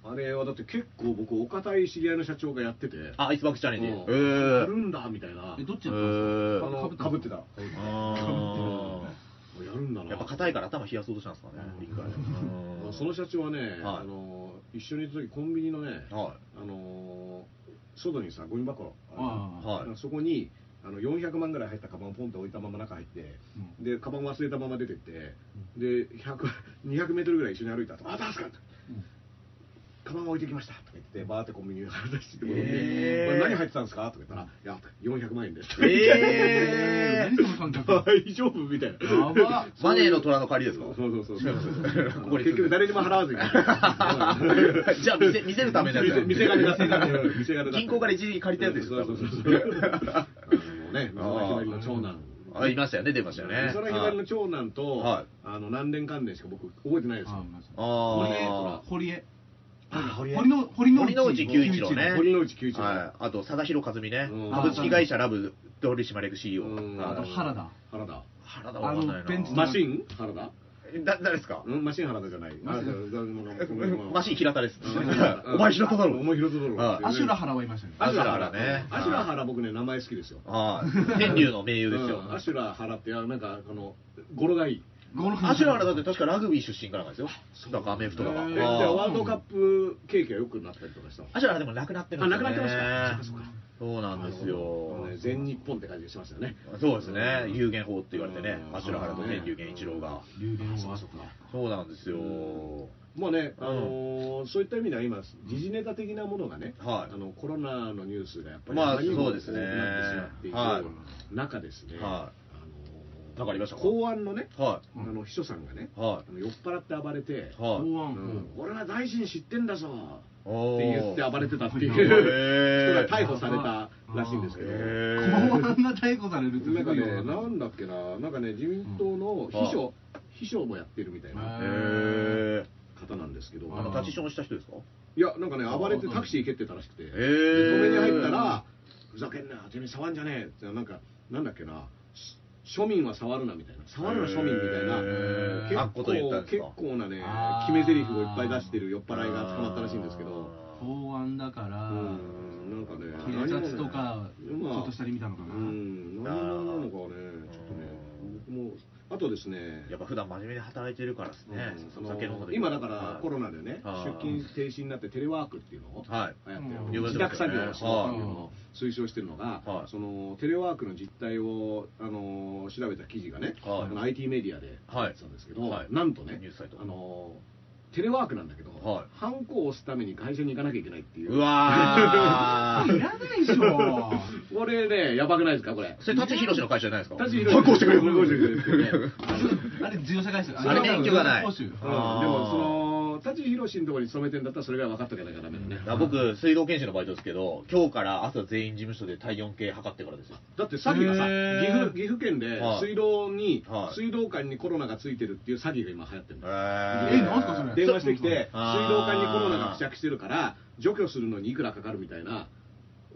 あれはだって結構僕お堅い知り合いの社長がやっててあ、アイスバケツチャレンジ。えうんやーるんだみたいなえどっちえやったんですあーのかぶってたあやるんだーなやっぱ硬いから頭冷やそうとしたんですかね、一回。うんその社長はね、はいあのー一緒にいた時コンビニのね、はあのー外にさゴミ箱ああはいそこにあの400万ぐらい入ったカバンをポンと置いたまま中入ってうんでカバン忘れたまま出てってで100 200メートルぐらい一緒に歩いた後あ、助かったうんカバン置いてきました」とか言ってバーってコンビニから出してってもらってえーこれ何入ってたんですか?」とか言ったら「いや400万円です」え何その感覚大丈夫みたいなやばっーマネーの虎の借りですそかうそうそうそうここに 結局誰にも払わずにじゃあ見せ見せるためのやつ店店金だった店金だった銀行から一時期借りたやつですそうよそうそうそうあのね美空ひばりの長男 あ、いましたよね、出ましたよね。美空ひばりの長男と、はいあの何年関連しか僕覚えてないですよあーまず堀江あー堀江あ堀江堀の堀の堀之内久一郎ね堀之内久一郎、はい、あと、貞弘和美ねうん、株式会社ラブ取締役 CEO うん。あとはい原田原田原田はわかんないあのベンチな。マシン原田だ誰ですかうんマシン原田じゃないマシンあだだマシン平田ですうんマシン原。お前平田田だろお。前平田だろはいアシュラ原はいましたねアシュラアシュラ原ねアシュラ原僕ね名前好きですよはい天竜の名優ですようん。アシュラ原ってなんかこの語呂がいいゴルフアシュラ原だって確かラグビー出身からなんですよ。だからアメフトだかえへじゃーあら。ワールドカップ経験が良くなったりとかしたのアシュラ原でも亡くなってるあんなですくよなっねてまそうなんですしたそうかそうかあよのね。全日本って感じがしましたよねそうですね。有限法って言われてねう。んアシュラ原と天竜源一郎が。流言はそうかそうなんですよ。まあね、あのーそういった意味では今、時事ネタ的なものがね、はいあのコロナのニュースがやっぱり、まあにもそうですね多くなってしまっている中ですね、はあのーなんかありましたか公安のね、はあの秘書さんがね、い。はあの酔っ払って暴れて、い。はい。法う案ん、俺は大臣知ってんだぞっおてー言って暴れてたっていへうー人が逮捕されたらしいんですけど。法へー案が逮捕されるってなんかごいね、よなんだっけな、なんかね、自民党の秘書、秘書もやってるみたいなへへー方なんですけど、ああの立ちションした人ですかいや、なんかね、暴れてタクシー蹴ってたらしくて、え止めに入ったら、ふざけんな、てめえ触んじゃねえって、なんか、なんだっけな、し庶民は触るなみたいな、触るな庶民みたいな、へーあっ結こと言った構ん、です結か構なねあ、ー決め台詞をいっぱい出してる酔っ払いが捕まったらしいんですけど、法案だかうらん、なんかね、警察とかち何もねょっとしたり見たのかう、なん何者なのかはね、ちょっとね、僕も、あとですね、やっぱ普段真面目に働いてるからですねうん、そおの酒飲んで今だからコロナナでね、あ出ー勤停止になってテレワークっていうのをはい流行ってるうん自宅作業をしろっていうのを推奨してるのが、はいそのテレワークの実態を、あのー調べた記事がね、はいあの IT メディアではいやってたんですけど、はいなんとねニュースサイトあのーテレワークなんだけど、はハンコを押すために会社に行かなきゃいけないってい。いうう。わ いー。らないでしょ。これね、やばくないですか、これ。それ、舘ひろしの会社じゃないですか。舘ひろし反抗してくれる。反抗してくれるってねあれ、自動車会社。あれ免許がない講習うんであーも、その、舘ひろしのところに勤めてんだったら、それが分かっとかなきゃダメだね。あ僕、水道検視のバイトですけど、今日から朝全員事務所で体温計測ってからですよ。だって詐欺がさ、へー岐阜岐阜県ではい水道に、はい水道管にコロナがついてるっていう詐欺が今流行ってるんだよええなんすかそれ電話してきて、水道あー管にコロナが付着してるから、除去するのにいくらかかるみたいな、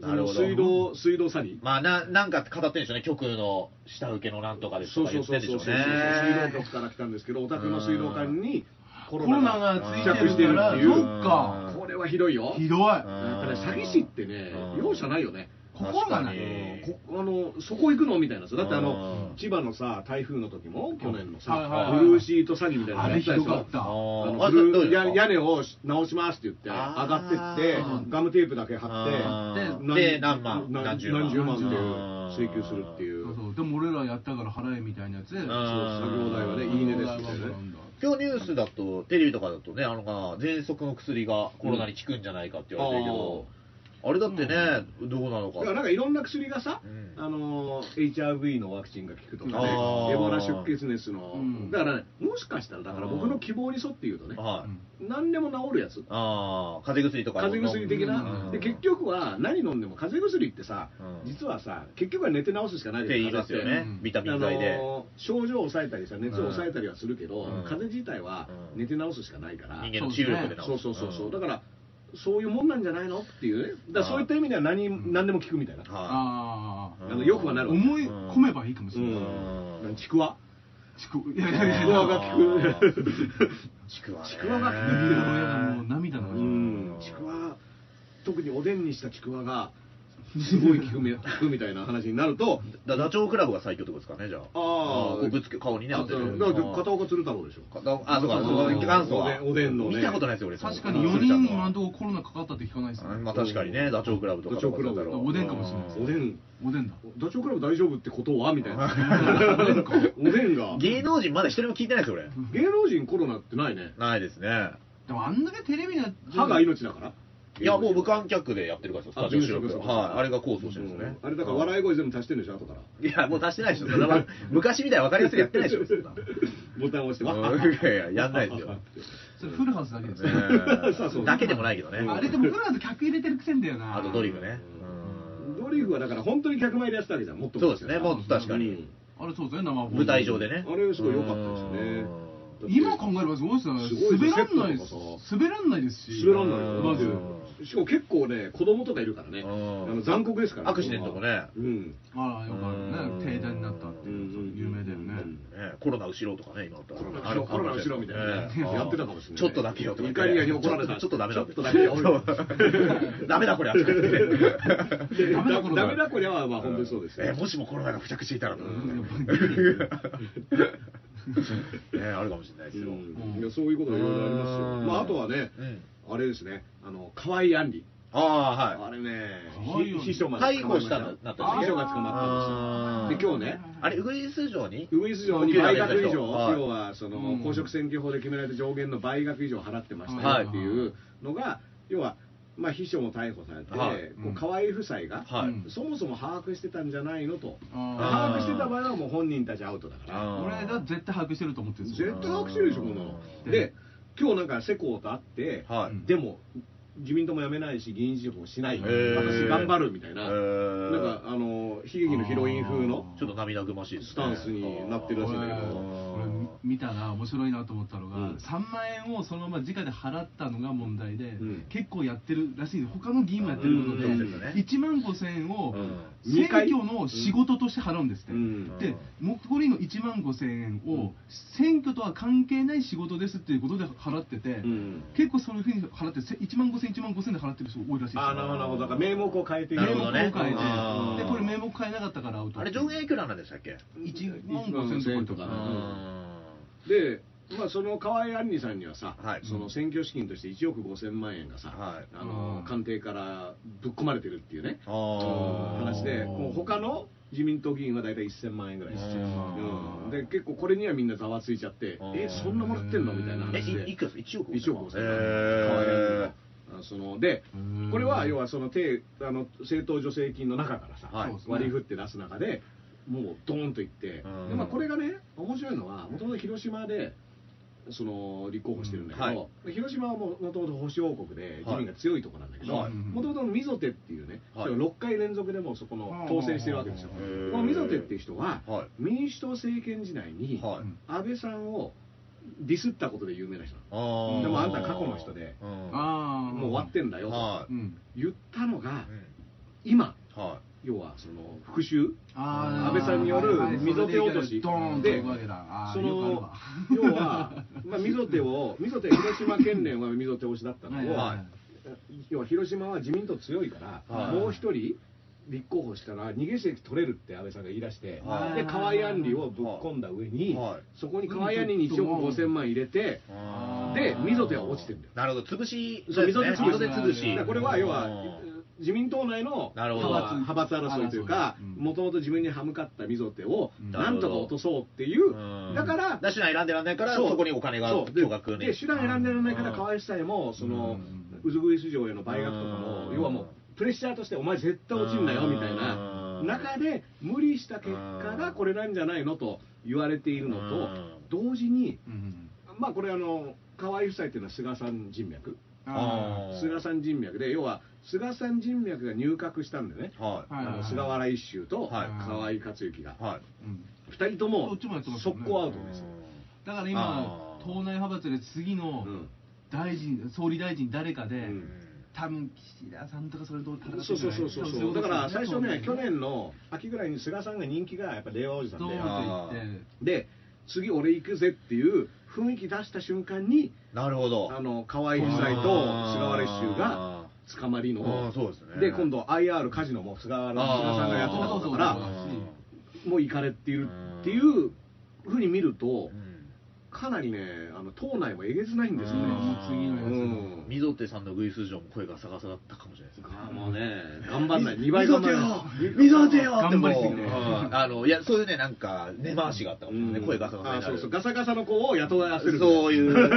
なるほどその水道水道詐欺、まあ、ななんか語ってるんでしょうね、局の下請けのなんとかですそとうかそ言っうてそうるんでしそょううそう、水ね道。局から来たんですけど、お宅の水道管にココロロナナが、がついてるから、付着してるっていうそっか。これはひどいよ、ひどい。うんだから詐欺師ってねうん、容赦ないよね。心がな確かい。にこあのそこ行くのみたいなさだってあのうん千葉のさ台風の時も去年のさ、はいはいはいブルーシート詐欺みたいあなのやれっひたでどしかょった。あのあブルどうーですやか屋根を直しますって言って上あーがってってガムテープだけ貼あってーで、何万、何十万。何十万っていうあー請求するっていうそうそうそうでも俺らやったから払えみたいなやつで、ん作業代はねいいねですみたいなね今日ニュースだと、テレビとかだとね、あのが、喘息の薬がコロナに効くんじゃないかって言われてるけど、あれだってね、どうなのだからなか。んかいろんな薬がさ、うんあの HRV のワクチンが効くとかねあーエボラ出血熱の、うんだからねもしかしたらだから僕の希望に沿って言うとねはい。何でも治るやつああ、風邪薬とか。風邪薬的な、うんで結局は何飲んでも風邪薬ってさ、うん実はさ結局は寝て治すしかないっじゃてん言いますよ風ね邪っ、てビタミン剤であ。のー症状を抑えたりさ熱を抑えたりはするけど、うん風邪自体はうん寝て治すしかないから、人間の治癒力で治す。そうそうそうそう、んだからそういうもんなんじゃないのっていうねだからそういった意味では何,、何でも効くみたいな、はあいああのよくはなる思い込めばいいかもしうれない、うんん、ちくわちくいやいやいやちいくわやが効くちくわね。ちくわが効く涙がもう涙のう味んちくわ特におでんにしたちくわがすごい効 くみ効くみたいな話になるとだダチョウ倶楽部が最強ってことですかね、じゃあ。あーこうぶつけ、顔にね、あ当てそうる。だから片岡鶴太郎でしょ片岡あ、そうか、そうか、元祖は。おでんおでんのね見たことないですよ、俺。確かに4人今のところコロナかかったって聞かないですね、うんまあ確かにね、ダチョウ倶楽部とか。ダチョウ倶楽部おでんかもしれないですおでんおでんだダチョウ倶楽部大丈夫ってことはみたい なおでんが芸能人まだ一人も聞いてないですよ、俺。芸能人コロナってないねないですね。でもあんだけテレビの歯が命だからいや、もう無観客でやってるからですよ、スタジオ収録。あはい。あれが構想してるんですね。あれだから笑い声全部足してるんでしょ後からいや、もう足してないでしょ。それは昔みたいに分かりやすくやってないでしょ、そんな。ボタン押してわっはっはっうんいやいや、やんないですよ。ねそれフルハウスだけです、ね、そうそうだけでもないけどね。あれでもフルハウス客入れてるくせんだよなあとドリフね。ドリフはだから本当に客前でやってたわけじゃんもっうとんそうですね、もう確かうにん。あれそうですね生放送舞台上でね。あれすごい良かったですうねん今考えればすごいですよねすごい滑らんないですセットとか滑らんないですし滑らんないよマジでうしかも結構ね子供とかいるからねあうんの残酷ですからアクシデントもねうんああよくあるね停電になったっていうそう有名だよね、ねコロナ後ろとかね、今だったらコロナ後ろコロナ後ろみたいなねええやってたかもしれないちょっとだけよとか言って。怒り屋に怒られたちょっとダメだってちょっとダメよそうダメだこれ、でダメだこれダメだこりゃはまあ本当にそうですよえもしもコロナが付着していたらと。ねあるかもしれないですよ。うんいやそういうことがいろいろありますようんまああとはねうんあれですねあの河合杏里ああ、はい。あれね河合杏里ひ秘書まで逮捕したんだなったん秘です書よが捕まったんですよで今日ねあれ、ウグイス城にウグイス城に倍額以上、はい要はその公職選挙法で決められた上限の倍額以上払ってましたはいよっていうのが、要は、まあ、秘書も逮捕されて、はいこう河合夫妻が、はい。うんそもそも把握してたんじゃないのと、あ把握してた場合はもう本人たちアウトだから、あ俺が絶対把握してると思ってるんです絶よ対把握してるでしょ、こんなの。うんで、今日なんか世耕と会って、はい。でも、自民党も辞めないし、議員辞職もしない、へ私ー頑張るみたいな、へーなんか、あの悲劇のヒロイン風の。ちょっと涙ぐましいですねスタンスになってるらしいんだけど俺俺見たら面白いなと思ったのが、うん3万円をそのまま直で払ったのが問題で、うん結構やってるらしいんです他の議員もやってることで、うん1万5000円をうん選挙の仕事として払うんですって、うんで残りの1万5000円を選挙とは関係ない仕事ですっていうことで払ってて、うん結構そういうふうに払ってせ1万5000 1万5000で払ってる人多いらしいですよあーなるほどなるほどだから名目を変えていくなるほどね名目を変えてあーでこれ名目変えなかったからアウトあれ、上限いくらなんでしたっけ1万5000とかとかうんねで、まあ、その河合杏里さんにはさ、はいその選挙資金として1億5000万円がさ、はいあのうん官邸からぶっ込まれてるっていうね、あー話で、こう他の自民党議員は大体1000万円ぐらいです、 1000う万んで結構これにはみんなざわついちゃってうんえそんなもらってんのみたいなえ、話でいいくらです ?1 億1億5000へ万ーあそのでこれは要はその手あの政党助成金の中からさ、はい割り振って出す中でもうドーンといって、うんでまあ、これがね面白いのはもともと広島でその立候補してるんだけど、うんはいで広島はもともと保守王国で自民が強いところなんだけどはいもともと溝手っていうね、はい6回連続でもうそこの当選してるわけですよ、へーこの溝手っていう人は、はい民主党政権時代にはい安倍さんをディスったことで有名な人なのあーでもあんた過去の人でうんああもう終わってんだよ、はういん言ったのがうん今は要はその復讐あー安倍さんによるはいはい溝手落としドーンと行くわけだあーそよくあるのわ要は、 まあ、溝手を溝手広島県連は溝手推しだったはいのはいを、はい要は広島は自民党強いから、はいもう一人立候補したら逃げ席取れるって安倍さんが言い出して、はいで河井案里をぶっ込んだ上に、はいそこに河井案里に1億5000万入れて、いで溝手は落ちてんだよなるほど潰しそう溝手潰し溝手潰しだからこれは要はうん自民党内のなるほ派ど閥派閥争いというか争いうんもともと自分に歯向かった溝手をうんなんとか落とそうっていううんだから手段選んでらんないからそうそこにお金がそうで巨額ねで手段選んでられないかうらん河合さえもそのううずぐい市場への売却とかもうん要はもうプレッシャーとしてお前絶対落ちんなよみたいうんな中で無理した結果うがんこれなんじゃないのと言われているのと同時にうんまあこれあの河合夫妻っていうのは菅さん人脈ああー菅さん人脈で要は菅さん人脈が入閣したんでねはいはいあの菅原一秀とはい河合克行がはーいうん2人ともどっちもやってますよね速攻アウトですよ、だからあ今ー党内派閥で次のうん大臣総理大臣誰かでうん多分岸田さんとかそれと戦ってるんじそゃうないそうそうそうそうだから最初ね去そう年の秋ぐらいに菅さんが人気がやっぱ令和おじさんドでーンと行ってで次俺行くぜっていう雰囲気出した瞬間になるほどあの河合夫妻と菅原一秀があ捕まりーあのーそうですねで今度 IR カジノも菅原菅さんがやってたことだからあーもう行かれているっていうふうに見るとうんかなりねあの党内もえげつないんですよねうん次のうやつん溝手さんのグイス嬢も声が逆さだったかもしれないですねあもうね頑張んない2倍頑張んない溝手よ頑張りすぎてでもうんあのいやそういうねなんか根回しがあったかもしれないね、声ガサガサあになそうるそうガサガサの子を雇わせるみたいなそういう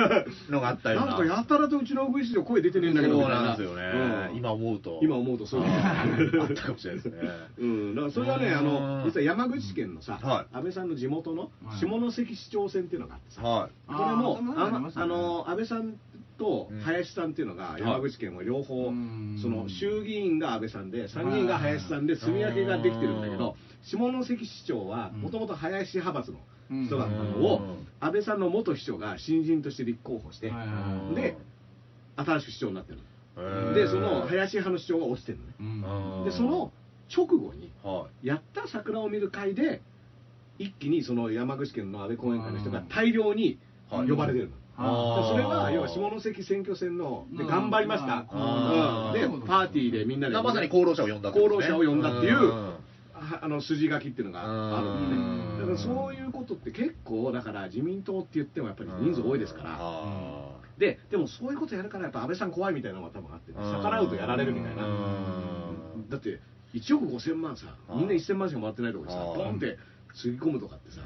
のがあったよなんかやたらとうちの V 市場声出てねえんだけどそうみたいなんですよね、うん今思うと今思うとそ うあだーあったかもしれないですねうん、だからそれはね、うんあの実は山口県のさ、はい安倍さんの地元のはい下関市長選っていうのがあってさ、はこれもあーあありのましたねあの安倍さんと林さんっていうのがうん山口県は両方、うんその衆議院が安倍さんで参議院が林さんで住み分けができてるんだけど下関市長はうんもともと林派閥の人だったのを、うん安倍さんの元秘書が新人として立候補して、はいいで新しく市長になってるへーでその林派の市長が落ちてるのねうんうんでその直後にはやった桜を見る会で一気にその山口県の安倍後援会の人が大量にはい呼ばれてるの、あーそれは要は下関選挙戦のでうん頑張りました、あーうんでパーティーでみんないでまさに功労者を呼んだってことですね功労者を呼んだっていうんああの筋書きっていうのがあるんでうんねだからそういうことって結構だから自民党って言ってもやっぱり人数多いですから、あででもそういうことやるからやっぱ安倍さん怖いみたいなのが多分あって、ね、ー逆らうとやられるみたいな、うんだって1億5000万さあーみんな1000万しかもらってないとこにさあーボンってつぎ込むとかってさ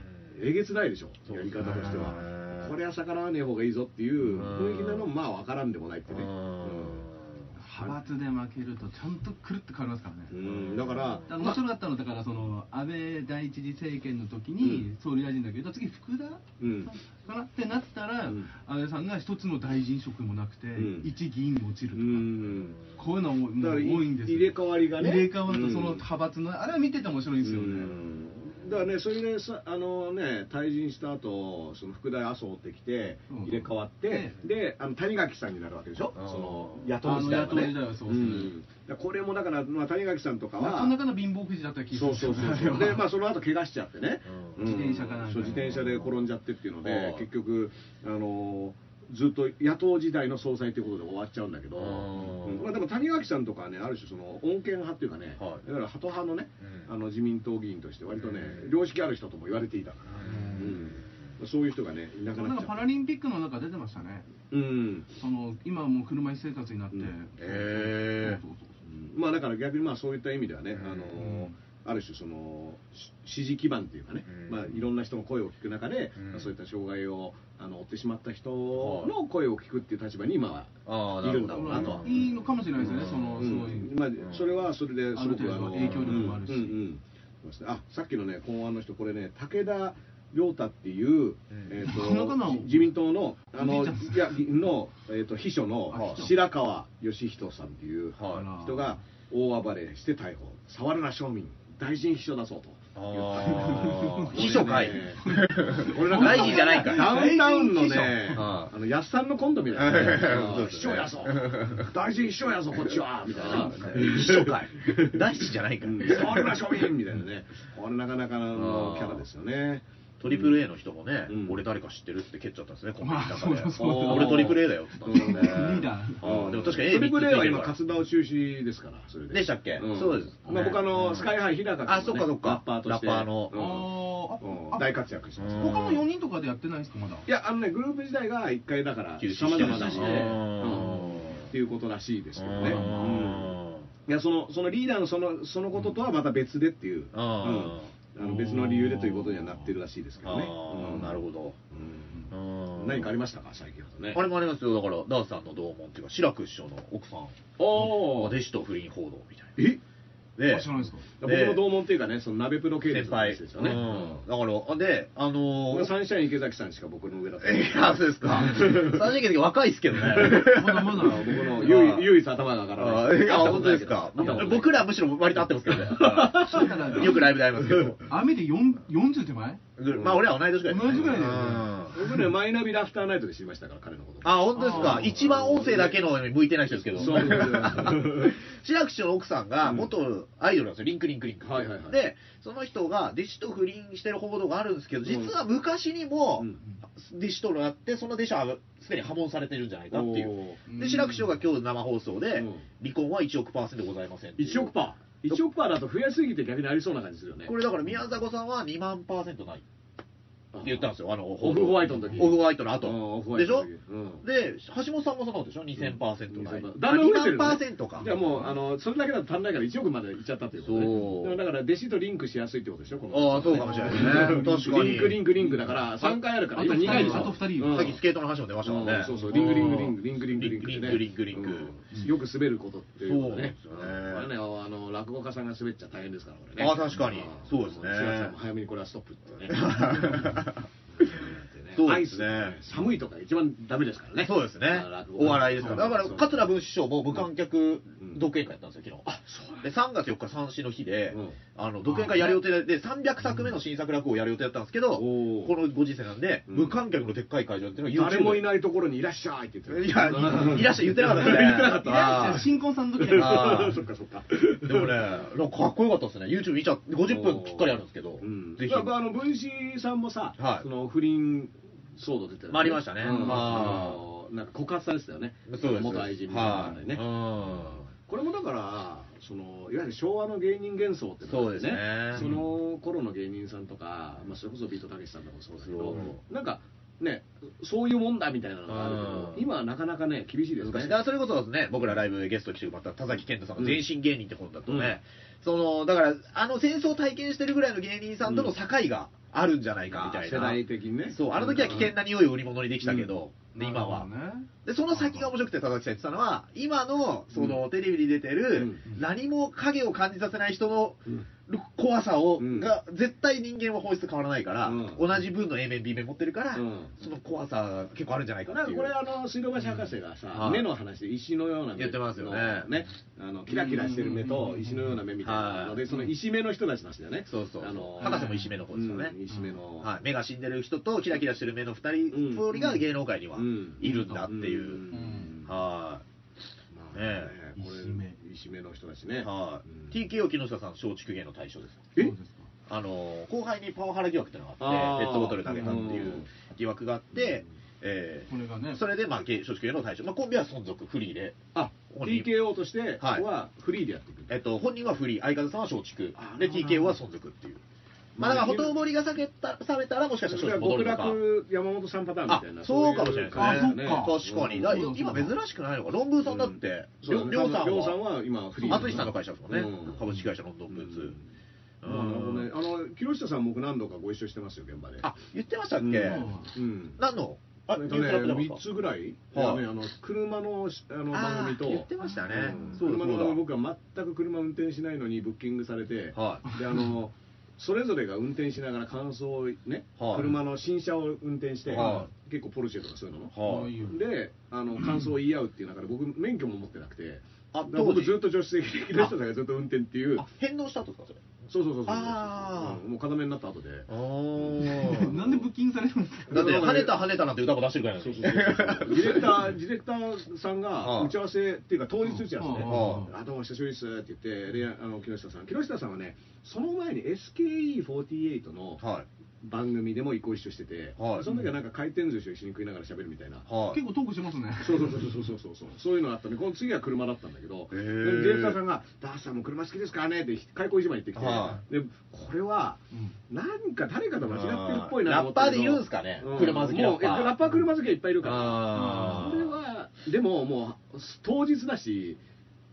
うんえげつないでしょそうやでりす方ねとしてはこれは逆らわねえ方がいいぞっていう雰囲気なのもまあ分からんでもないってねうん派閥で負けるとちゃんとくるっと変わりますからね、うんうんだからだから面白かったのだからその安倍第一次政権の時に総理大臣だけど次福田うんかなってなったら、うん安倍さんが一つの大臣職もなくて、うん一議員に落ちるうとか、こんういうのもだもかうら多いいんですよ入れ替わりがね入れ替わるとそのうん派閥のあれは見てて面白いんですよね、うんだからね、それでさあのね退陣した後その副大麻生ってきてうん入れ替わって、うんであの谷垣さんになるわけでしょ、うんその野党時代はあの野党ね時代はそううですねんだからこれもだから、まあ、谷垣さんとかなはかなかの貧乏くじだった気そがうすそうるそうそうでまあその後怪我しちゃってね、うん自転車かなんかにそう自転車で転んじゃってっていうので、うん結局あのずっと野党時代の総裁ということで終わっちゃうんだけど、うんうんまあ、でも谷垣さんとかはねある種その穏健派っていうかね、はいだから鳩派のね、うんあの自民党議員として割とね、うん良識ある人とも言われていたから、うんそういう人がねいなくななっんかちゃったパラリンピックの中出てましたねうんその今はもう車椅子生活になって、うんそうへーそうそうそうまあだから逆にまあそういった意味ではね、うんあのある種そのし支持基盤っていうかね、うんまあ、いろんな人の声を聞く中で、うんまあそういった障害をあの負ってしまった人の声を聞くっていう立場に今はああいなるるほんだどろうまなあとは。いいのかもしれないですよね、うんそのうすごい、んまあ、それはそれですごくある程度の影響力もあるしうんうんうんあさっきのね公安の人これね武田良太っていう、えーなかなかと自民党のあおのじいちゃんいやの、えー、と秘書のあ白川義人さんっていはういあら人が大暴れして逮捕触るな庶民大臣秘書だそうとああ言秘った書かい俺なんか大臣じゃないんかいダウンタウンの大臣秘ね書あの安さんのコントみたいなねそうですね秘書やぞ大臣秘書やぞこっちはみたいな秘書かい大事じゃないかうんら触るな庶民みたいなねこれなかなかのキャラですよねトリプル A の人もね、うん俺誰か知ってるって蹴っちゃったんですね、コンビニのあそうだ中で。そうだ俺トリプル A だよって言ったんですそうだねリーダーああでも確かに A トリプル A は今三つついて活るか動中止ですからそれででしたっけそうですまあ僕あうのんスカイハイ日高君もねあそっかそっかラッパーとしてラッパーのあーうんあ大活躍してますうん他の4人とかでやってないですかまだいやあのねグループ自体が一回だから休止して様々な休止してうんっていうことらしいですけどねううんんいやそのそのリーダーのそのそのこととはまた別でっていううんああーの別の理由でということにはなってるらしいですけどねあーなるほど。どうん何かありましたか最近だとねあれもありますよ、だから、ダースさんの同門っていうか、志らく師匠の奥さん、おお弟子と不倫報道みたいな。えであ知らないですか僕の同門っていうかねその鍋プロ系列先の話輩ですよねうんだから、で、あの僕はー、サンシャイン池崎さんしか僕の上だっ たいや、そうですか。三人家で若いっすけどね。まだまだ僕の唯唯一頭が上がらあないーあ本当ですか。見たことない僕らむしろ割と合ってますけどね。 そうだなよくライブで会いますけ雨で4 40手前ど。まあ、俺ら同い年ぐらいですね同じぐらいだよねうん僕ねマイナビラフターナイトで知りましたから彼のことあ、本当ですかあ。ー一番音声だけの方に向いてない人ですけど。そうそうそう白く師匠の奥さんがうん元アイドルなんですよ、リンクリンクリンク。はいはいはいで、その人が弟子と不倫してる報道があるんですけど、実は昔にも うん弟子とのやって、その弟子はすでに破門されてるんじゃないかっていう。おーで、白く師匠が今日生放送でうん、離婚は1億パーセントございませんっていう。 1億パー1億パーだと増やしすぎて逆にありそうな感じするよねこれだから宮迫さんは2万パーセントないって言ったんですよ、あの、オフホワイトの時オフホワイトの後。うんオフホワでイしトょの時うんで、橋本さんもそうでしょ ?2000% ない。だんだん増えて2万るよねパーセントか。じゃあもうあのそれだけだと足んないから1億までいっちゃったということねそうでもだから弟子とリンクしやすいってことでしょこのああ、そうかもしれないですね。 確かに。リンクリンクリンクだから3回あるから今あと二2人回でしょあと二人うんさっきスケートの話も出ましたもんね。そうそうリングリングリングリングリングリングリングリングリングリングうんよく滑ることっていうのはねそうこなんですよねれねあの落語家さんが滑っちゃ大変ですからこれねあ確かにんそうですね志らくさんも早めにこれはストップって ねそうですねアイス寒いとか一番ダメですからねそうですねあ落。語家お笑いですから。だから、そう桂文枝師匠も無観客うん独演会やったんですよ、昨日。で、3月4日三四の日でうん、あの、独演会やる予定で、で300作目の新作落語をやる予定だったんですけど、おこーのご時世なんで、うん無観客のでっかい会場っていうのは誰もいない。ないところにいらっしゃいって言っていや、いらっしゃい言ってなかったですね。言ってなかったあー新婚さんの時あだーそっかそっかでもね、なんかかっこよかったですね。YouTube 見ちゃって、50分きっかりあるんですけど、うんぜひ。やっぱあの文枝さんもさ、はいその不倫騒動出てよまあありましたねうんああのなんか告発されてたよね。そうです。元愛人みたいなはのい。でね、これもだからそのいわゆる昭和の芸人幻想ってのそがあってうですねその頃の芸人さんとか、まあ、それこそビートたけしさんとかもそうだけど、そなんかねそういうもんだみたいなのがあるけど、うん今はなかなかね厳しいですうん。ね。難しい。だからそれこそね、僕らライブでゲスト来てもらった田崎健太さんの全身芸人って本だとね、その、だから、あの戦争を体験してるぐらいの芸人さんとの境があるんじゃないかみたいな。世代的にね。そう、あの時は危険な匂いを売り物にできたけど、で今は。で、その先が面白くて、田崎さん言ってたのは、今の、その、テレビに出てる、何も影を感じさせない人のうん怖さを、うんが、絶対人間は本質変わらないから、うん同じ分の A 面、B 面持ってるから、うんその怖さが結構あるんじゃないかなっんてかいう。これあの水道橋博士がはさい目の話で石のような目言ってますよねねあのキラキラしてる目とうん石のような目みたいなのはでいその石目の人たちの話だよねそうそうそうあの博士も石目の方ですよねうん石目のはい、目が死んでる人とキラキラしてる目の2人、うん通りが芸能界にはうんいるんだっていう。んまはあねねこれ石目石目の人たちい、ねはいうん TKO 木下さん、松竹芸の対象です。ええあの後輩にパワハラ疑惑っていうのがあっあーて、ペットボトル投げたっていううん疑惑があって、えーこれがねそれで、まあ、芸松竹芸能対象、まあ、コンビは存続、フリーで、あここに TKO としてはいはフリーでやっていくえっと、本人はフリー、相方さんは松竹あ、なるで、ほど TKO は存続っていう、まあ、だから、ほとぼりが避けた冷めたら、もしかしたそれらは松竹戻極るのか。楽山本さんパターンみたいなあそうかもしれないですねそうう感じだよあそっ確かに、だうん今珍しくないのか、論文さんだって、そうりょうさんりょうさんは、は今フリー淳さんの会社ですもんねう、株式会社ロンドンブーツ。うんうあなるほどねあの木下さん僕何度かご一緒してますよ現場であ、言ってましたっけ、うんうん何のあえっとね、ニュースラップだから3つぐらい、はいいやねあの車のしあの番あ組ー言っとて、ましたね、うんそうだ車の番組そう僕は全く車運転しないのにブッキングされて、だはいであのそれぞれが運転しながら感想をね、はい車の新車を運転して、は結構ポルシェとかそういうのも、はいいよであの感想を言い合うっていう中で僕免許も持ってなくてあだから当僕時ずっと助手席の人だからずっと運転っていうあ返納したとですかそれそうそうそうそうそうあーうんもう片目になった後であー なんでブッキングされるんですか だって跳ねた跳ねたなんて歌も出してるからそうそうねそうそうディレクターディレクターさんがあ打ち合わせっていうか当日打ち合わせあねああどうも久しぶりですって言ってであの木下さん木下さんはねその前に SKE48 の はい番組でも一個一緒してて、はいその時はなんか回転寿司を一緒に食いながら喋るみたいな、はい結構トークしてますねそうそうそうそうそうそうそうそういうのがあったんでこの次は車だったんだけどへでーディレクターさんが「ダースさんも車好きですかね?」って開口一番に言ってきて、はでこれはうんなんか誰かと間違ってるっぽいなと思ってラッパーで言うんすかね車好きラッラッパパーーラッパー車好きがいっぱいいるからあそれはでももう当日だし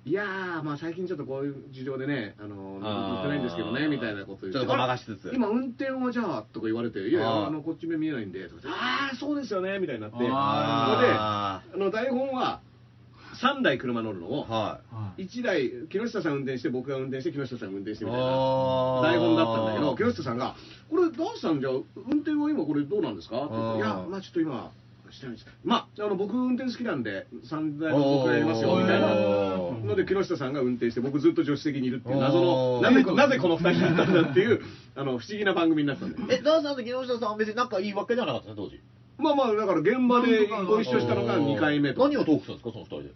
いやーまあ最近ちょっとこういう事情でねあの乗ってないんですけどねみたいなこと言ちょってっとごまかしつつ今運転はじゃあとか言われて「いやいあーやあのこっち目見えないんで」とか言ってああそうですよね」みたいになってああの台本は3台車乗るのーをはいはい1台木下さん運転して僕が運転して木下さん運転してみたいなあー台本だったんだけど木下さんが「これダンスさんじゃあ運転は今これどうなんですか?」って言って「いあーやまあちょっと今してないですまああの僕運転好きなんで3台の僕がやりますよ」みたいな。おーので木下さんが運転して僕ずっと助手席にいるっていう謎のおーなぜこなぜこの2人だったんだっていうあの不思議な番組になったんだよえダーさんと木下さんは別に仲いいわけではなかったね当時まあまあだから現場でご一緒したのが2回目と何をトークするんですかその二人で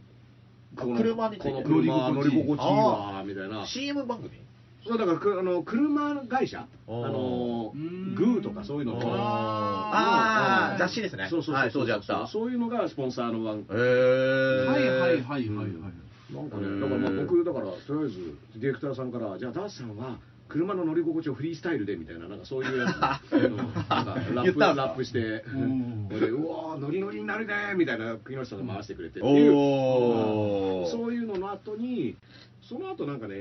この車についてこの車乗り心地いいわみたいな CM 番組そうだからくあの車会社あおーのうーんグーとかそういうのとあーあー雑誌ですねそうそうそうはい当時あったそういうのがスポンサーの番へえはいはいはいはいはいなんかねだからまあ僕だからとりあえずディレクターさんからじゃあダースさんは車の乗り心地をフリースタイルでみたいななんかそういうや つうんなんか言ラッっプたんすかラップしてんこれでうわーノリノリになるねーみたいな木下さんが回してくれてっていうおおそういうのの後に、その後なんかね、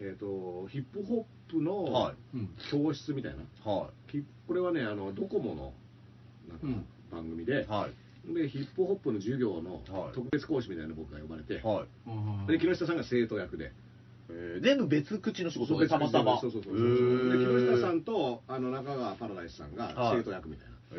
えっ、と、ヒップホップはのうん教室みたいな、いはきこれはね、あのドコモのなんうんか番組いで、はいでヒップホップの授業のはい特別講師みたいなの僕が呼ばれて、はいあーで木下さんが生徒役で、えー全部別口の仕事別たまたまそうそうそうそうへーで木下さんとあの中川パラダイスさんがはい生徒役みたいな、へ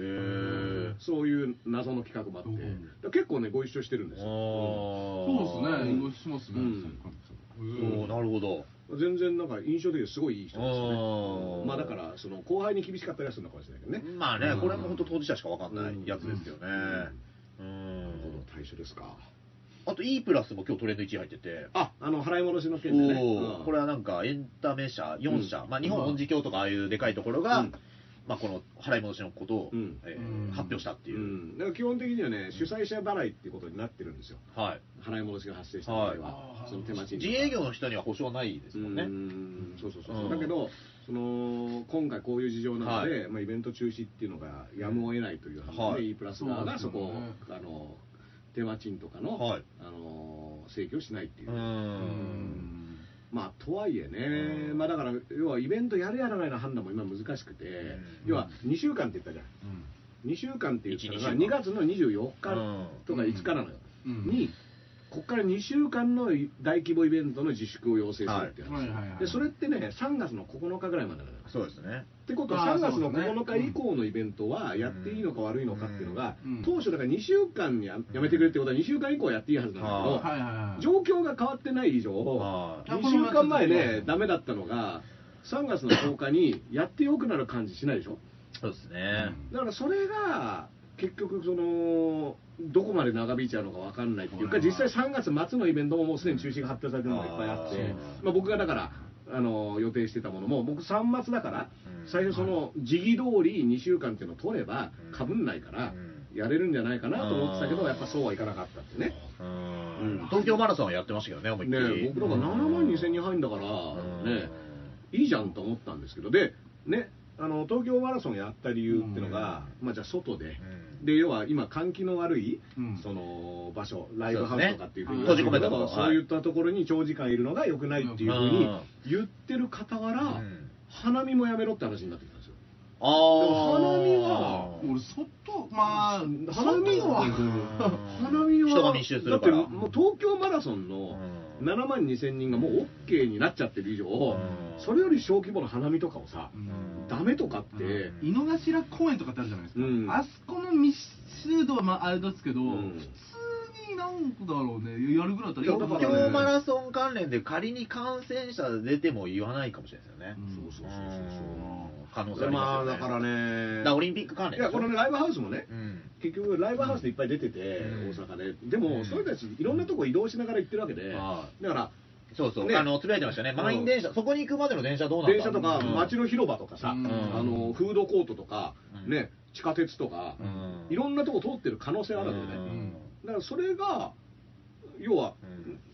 ーそういう謎の企画もあって、うんだから結構ね、ご一緒してるんですよ。そうですねうん移動しますねうんおーなるほど全然なんか印象的ですごいいい人ですあねーまあだからその後輩に厳しかったりはするのかもしれないけどねまあねうんこれも本当当事者しかわかんないやつですよねうなるほんど対処ですかあと E プラスも今日トレンド1位入っててああの払い戻しのお件でねーこれはなんかエンタメ社4社、うんまあ、日本音事協とかああいうでかいところが、うんまあ、この払い戻しのことを、うんえーうん発表したってういう、んだから基本的にはね主催者払いっていうことになってるんですよはい、払い戻しが発生した場合は、その手待ちに自営業の人には保証はないですうもんね、んそうそうそううんだけどその今回こういう事情なので、まあ、イベント中止っていうのがやむを得ないという話で、はい E プラス側がそそうですこよをねあの手間賃とかの,、はいあの請求をしないっていうう、んまあとはいえね、うんまあだから要はイベントやるやらないの判断も今難しくて、ん要は2週間って言ったじゃん2週間って言ったのが2月の24日とか5日なのよ、うんにここから2週間の大規模イベントの自粛を要請するって話、はいはいはいでそれってね3月の9日ぐらいまでなのよそうですねってことはあー3月そうのですね9日以降のイベントはやっていいのか悪いのかっていうのが、うん当初だから2週間にややめてくれってことは2週間以降やっていいはずなんだけど、はいはいはいはい状況が変わってない以上、はい2週間前ね、ダメだったのが、3月の10日にやってよくなる感じしないでしょ、そうですね、だからそれが結局その、どこまで長引いちゃうのか分かんないっていうか、うん実際3月末のイベントももうすでに中止が発表されてるのがいっぱいあって、うんまあ、僕がだからあの予定してたものも、僕、3月だからうん、最初、その時期通り2週間っていうのを取ればうん、かぶんないからうん、やれるんじゃないかなと思ってたけうど、んやっぱそうはいかなかったってね。うんうん東京マラソンはやってましたけどね思いっきりね、僕だから7万2000人入るんだから、うんね、いいじゃんと思ったんですけど、で、ね、あの東京マラソンやった理由ってのが、まあ、じゃあ外で、うんで要は今、換気の悪い、うんその場所、ライブハウスとかっていうふうにそうですね言われてる閉じ込めたとこそういったところに長時間いるのが良くないっていうふうに言ってる傍ら、うん花見もやめろって話になってきたんですよああ花見は俺外まあ花見は外花見は人が密集するからだってもう東京マラソンのうん7万2000人がもう OK になっちゃってる以上、うんそれより小規模の花見とかをさ、うんダメとかって、井の頭公園とかってあるじゃないですか、うんあそこの密集度はまああれですけど、うん普通になんだろうねやるぐらいだったらやる東京マラソン関連で仮に感染者出ても言わないかもしれないですよね。うんそうそうそうそううん可能そ性れありままあすよね。だからねだからオリンピック関連いやこのね、ねライブハウスもねうん。結局ライブハウスでいっぱい出てて、うん大阪ででも、うんそれたちいろんなとこ移動しながら行ってるわけで、はだからそうそう、ねあの、つぶやいてましたね。満員電車、そこに行くまでの電車どうなんだ電車とかうん街の広場とかさ、うんあのフードコートとか、うんね地下鉄とか、いろんなとこ通ってる可能性あるわけよね、うんだからそれが要は、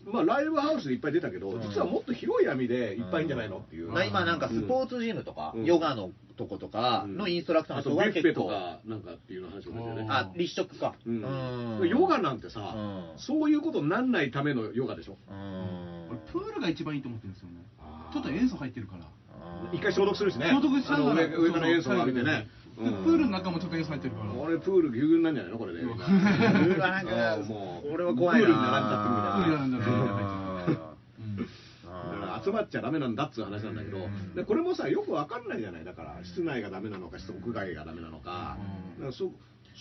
まあ、ライブハウスでいっぱい出たけど、うん実はもっと広い闇でいっぱいいいんじゃないのっていう、だから今なんかスポーツジムとか、うんヨガのとことかのインストラクターあのと人がビュッフ結ェと構、かなんかっていうの話も出てねあ、立食か。うんうんヨガなんてさ、うんそういうことになんないためのヨガでしょうん俺プールが一番いいと思ってるんですよねちょっと塩素入ってるから一回消毒するしね消毒しながらあの上上から塩素を浴びてね、でプールの中もちょっと塩素入ってるから俺プールぎゅうぎゅうになんじゃないのこれで、うんうわなんかもう俺は怖いなプールに並んじゃってるみたいなプールに並んじゃってるみたいなうんだから集まっちゃダメなんだっつう話なんだけど、うんでこれもさよくわかんないじゃないだから室内がダメなのか屋外がダメなのか,、うんだからそ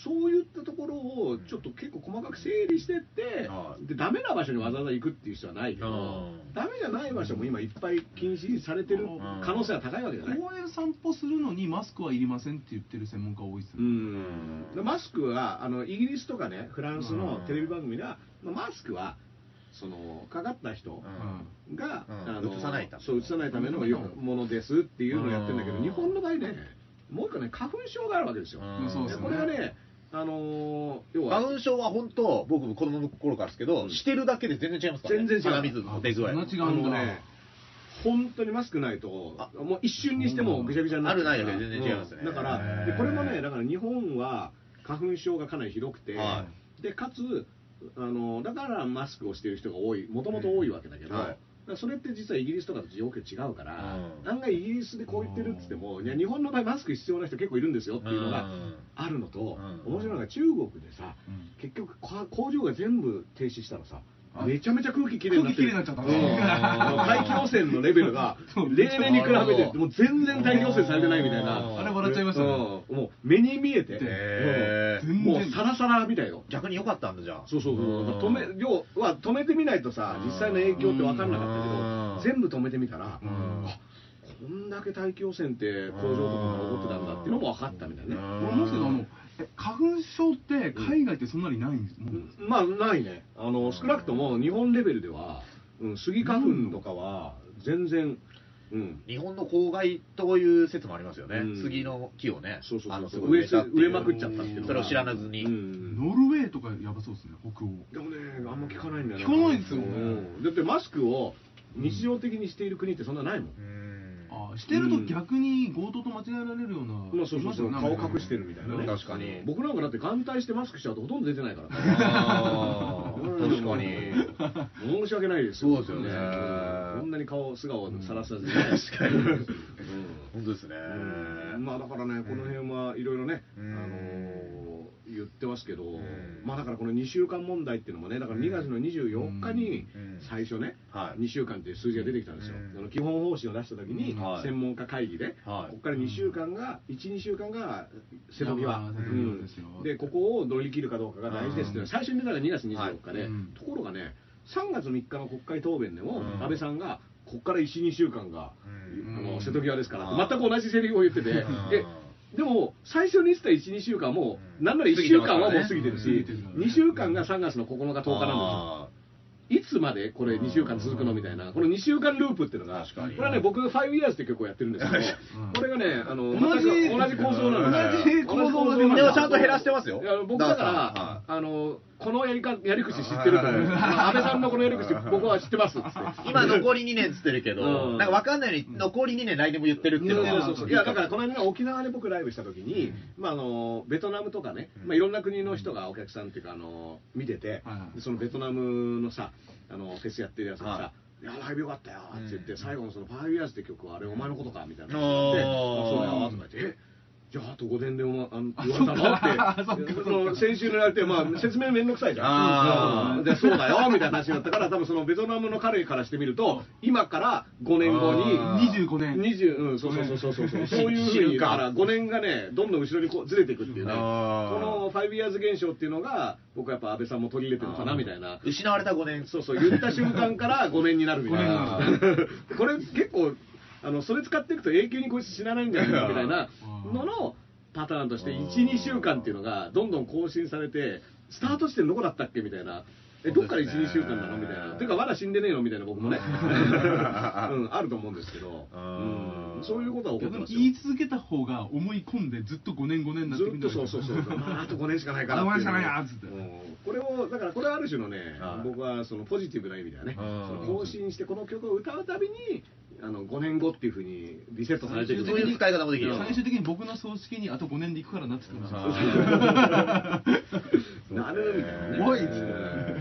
そういったところをちょっと結構細かく整理してって、はいでダメな場所にわざわざ行くっていう人はないけど、うんダメじゃない場所も今いっぱい禁止されてる可能性は高いわけじゃない、公園散歩するのにマスクはいりませんって言ってる専門家多いですようね、んでマスクはあのイギリスとかねフランスのテレビ番組では、まあマスクはそのかかった人、が、うんあの移さないためそう移さないためのよものですっていうのをやってるんだけど、うん日本の場合ね、もう一個ね、花粉症があるわけですよ。うんそうですでねこれがね、あのー要花は、粉症は本当、僕も子供の頃からですけど、してるだけで全然違いますからね。全然違う鼻水の出具合。同じあがあるんのだね、本当にマスクないと、あもう一瞬にしてもぐちゃぐちゃになっちゃうからあるないだけで全然違いますねうんだからへーで、これもね、だから日本は花粉症がかなりひどくて、はでかつあの、だからマスクをしてる人が多い、もともと多いわけだけど、うんはいだからそれって実はイギリスとかと状況違うから、うん案外イギリスでこう言ってるって言っても、いや、日本の場合、マスク必要な人結構いるんですよっていうのがうんあるのと、うん面白いのが中国でさ、うん結局、か工場が全部停止したらさあ、めちゃめちゃ空気きれいになってる空気きれいになっちゃったうんあの大気汚染のレベルがそう例年に比べてもう全然大気汚染されてないみたいうんなあれ笑っちゃいましたね、うんもう目に見えて、へーうんもうサラサラみたいよ逆に良かったんだじゃあ。そうそうそう、ん止め要は止めてみないとさうん実際の影響って分かんなかったけど、うん全部止めてみたら、うんあこんだけ大気汚染って工場とかが起こってたんだっていうのも分かったみたいなね、俺思うんですけどあのえ花粉症って海外ってそんなにないんです、もうまあないねあの少なくとも日本レベルでは、うん、スギ花粉とかは全然うん日本の公害という説もありますよね、うん杉の木をね、そうそうあのそすごう植いえ植えすたっていう植えまくっちゃったっていうのがそれを知らなずに、うんノルウェーとかやばそうですね北欧でもねあんま聞かないんだよ聞ねかないですよねうんだってマスクを日常的にしている国ってそんなないもん、うんあしてると逆に強盗と間違えられるような、まあそいうそうますそうよね顔隠してるみたいなね確かに僕なんかだって眼帯してマスクしちゃうとほとんど出てないからあーうん確か に申し訳ないですそうですよねうんこんなに顔素顔をさらさずに、確かにうん本当ですね、うんまあだからねこの辺はいろいろね、うんあのー言ってますけど、んまあだからこの2週間問題っていうのもねだから2月の24日にうん最初ね、はい2週間っていう数字が出てきたんですよ、うんあの基本方針を出した時にうんはい専門家会議で、はいここから2週間が12週間が瀬戸際、まあ瀬戸際うんですよでここを乗り切るかどうかが大事ですっていうのうは最初に出たのが2月24日で、はいうんところがね3月3日の国会答弁でもうん安倍さんがここから12週間が、うんあの瀬戸際ですからうんって全く同じセリフを言ってて、うんででも最初に言ってた12週間はもううんなんなら1週間はもう過ぎてるし、過ぎてますからね2週間が3月の9日10日なんですよ。あいつまでこれ2週間続くのみたいな、この2週間ループっていうのが、確こかにれはね、僕、5 years って曲をやってるんですけど、これがね、あの同じまた同じ構造なの同じ構造が同じ出ーまでしもたちゃんと減らしてますよいや僕だかはらい、あのこのやりかやり口知ってると思はう、い安倍さんのこのやり口、僕は知ってますっつって。今残り2年っつってるけど、うんなんか分かんないように残り2年来年も言ってるっていうのがそうそうそういやだからこの間ね沖縄で僕ライブした時に、まあ、あのベトナムとかね、まあ、いろんな国の人がお客さんっていうかあの見てて、はいはいでそのベトナムのさあのフェスやってるやつがさ、はいや、ライブよかったよって言って、うん最後のその、ファイブイヤーズって曲は、あれ、お前のことかみたいな。あーで、あそうやわとか言って、えじゃあ、あと5年でお前、あの言われたあそっかそのって、っかその先週のやれて、まあ、説明めんどくさいじゃあーん。で、そうだよ、みたいな話になったから、多分そのベトナムの彼からしてみると、今から5年後に、あー25年20、うん、そうそうそうそうそう、そういう知ふうに、るだかから5年がね、どんどん後ろにこうずれていくっていうね、こあーのファイブイヤーズ現象っていうのが、僕はやっぱ安倍さんも取り入れてるのかなみたいな、失われた5年そうそう、言った瞬間から5年になるみたいな5、これ結構あの、それ使っていくと永久にこいつ死なないんじゃないかみたいなののパターンとして、1、2週間っていうのがどんどん更新されて、スタート地点どこだったっけみたいな。えどっから1、そうで2すね週間なのみたいな。ていうか、まだ死んでねえよみたいな僕も ね、うん、あると思うんですけど、あーうんそういうことは起こってでもますよ。言い続けた方が思い込んでずっと5年5年になってくずるっんだとよそうそうそう、 まあ、あと5年しかないからあと五年しかないややっつってこれをだからこれはある種のねはい僕はそのポジティブな意味ではねそうんの更新してこの曲を歌うたびにあの5年後っていうふうにリセットされていくそういう使い方もできる最終的に僕の葬式にあと5年で行くからなって言ってました なるみたいなねすごいっすねうん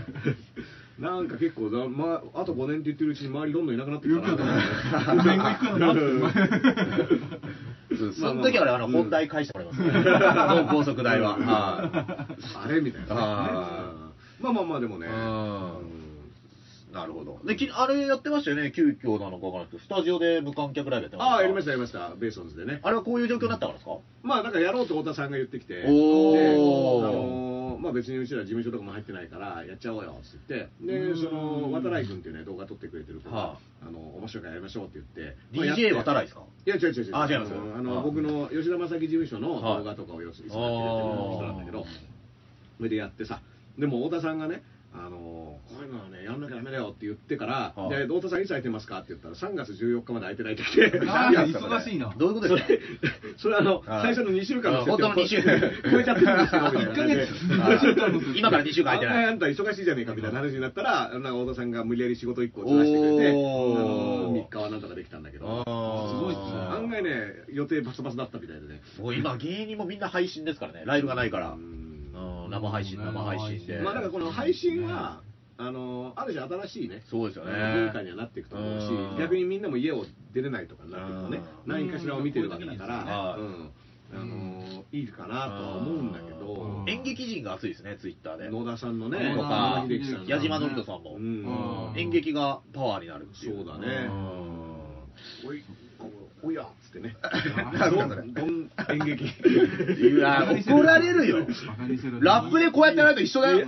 なんか結構だ、まあ、あと5年って言ってるうちに周りどんどんいなくなってきたな5年後行くからなってうんその時はねあの本題返してもらいます ね高速代ははあれみたいなねあまあまあまあでもねうんういんなるほどできあれやってましたよね急遽なのかわからないですけどスタジオで無観客ライブやってましたああやりましたやりましたベーソンズでねあれはこういう状況になったからですかまあなんかやろうと太田さんが言ってきて、であおーのーまあ別にうちら事務所とかも入ってないからやっちゃおうよって言って、でうんその渡来君っていうね動画撮ってくれてるから、はあの面白いからやりましょうって言って、まあやって DJ 渡来ですかいや違う違う違う。あ違いますのああの僕の吉田正樹事務所のはい動画とかをよく使ってくれてる人なんだけあどー、それでやってさ、でも太田さんがね。あのーこういうのはね、やんなきゃダメだよって言ってから、はいで太田さん、いつ空いてますかって言ったら、3月14日まで空いてないって来て、あー忙しいなどういうことですか それあの、はい最初の2週間のあ本当のを2週超えちゃってるんですよ、み たいな感じで。はい今から2週間空いてあんななあいんた忙しいじゃねえかみたいな話になったら、なんか太田さんが無理やり仕事1個ずらしてくれて、あおーの3日はなんとかできたんだけど、あーすごいっすね案外ね、予定バスバスだったみたいでね。もう今芸人もみんな配信ですからねライブがないからうんうん生配信生配信でまあだからこの配信は、あの、ある種新しいね、そうですよね文化にはなっていくと思ううんし、逆にみんなも家を出れないとかになっていくとね、うん何かしらを見てるわけだから、ううんんあの、いいかなとは思うんだけどうん、演劇人が熱いですねツイッターで野田さんのね、とか野田秀樹さんの矢島のりとさんも、 うんうん演劇がパワーになるっていそうだねうんおい、おいやっつってね。なんすどかんそれどん演劇。いや怒られるよバカにしてるラップでこうやってやらないと一緒だよ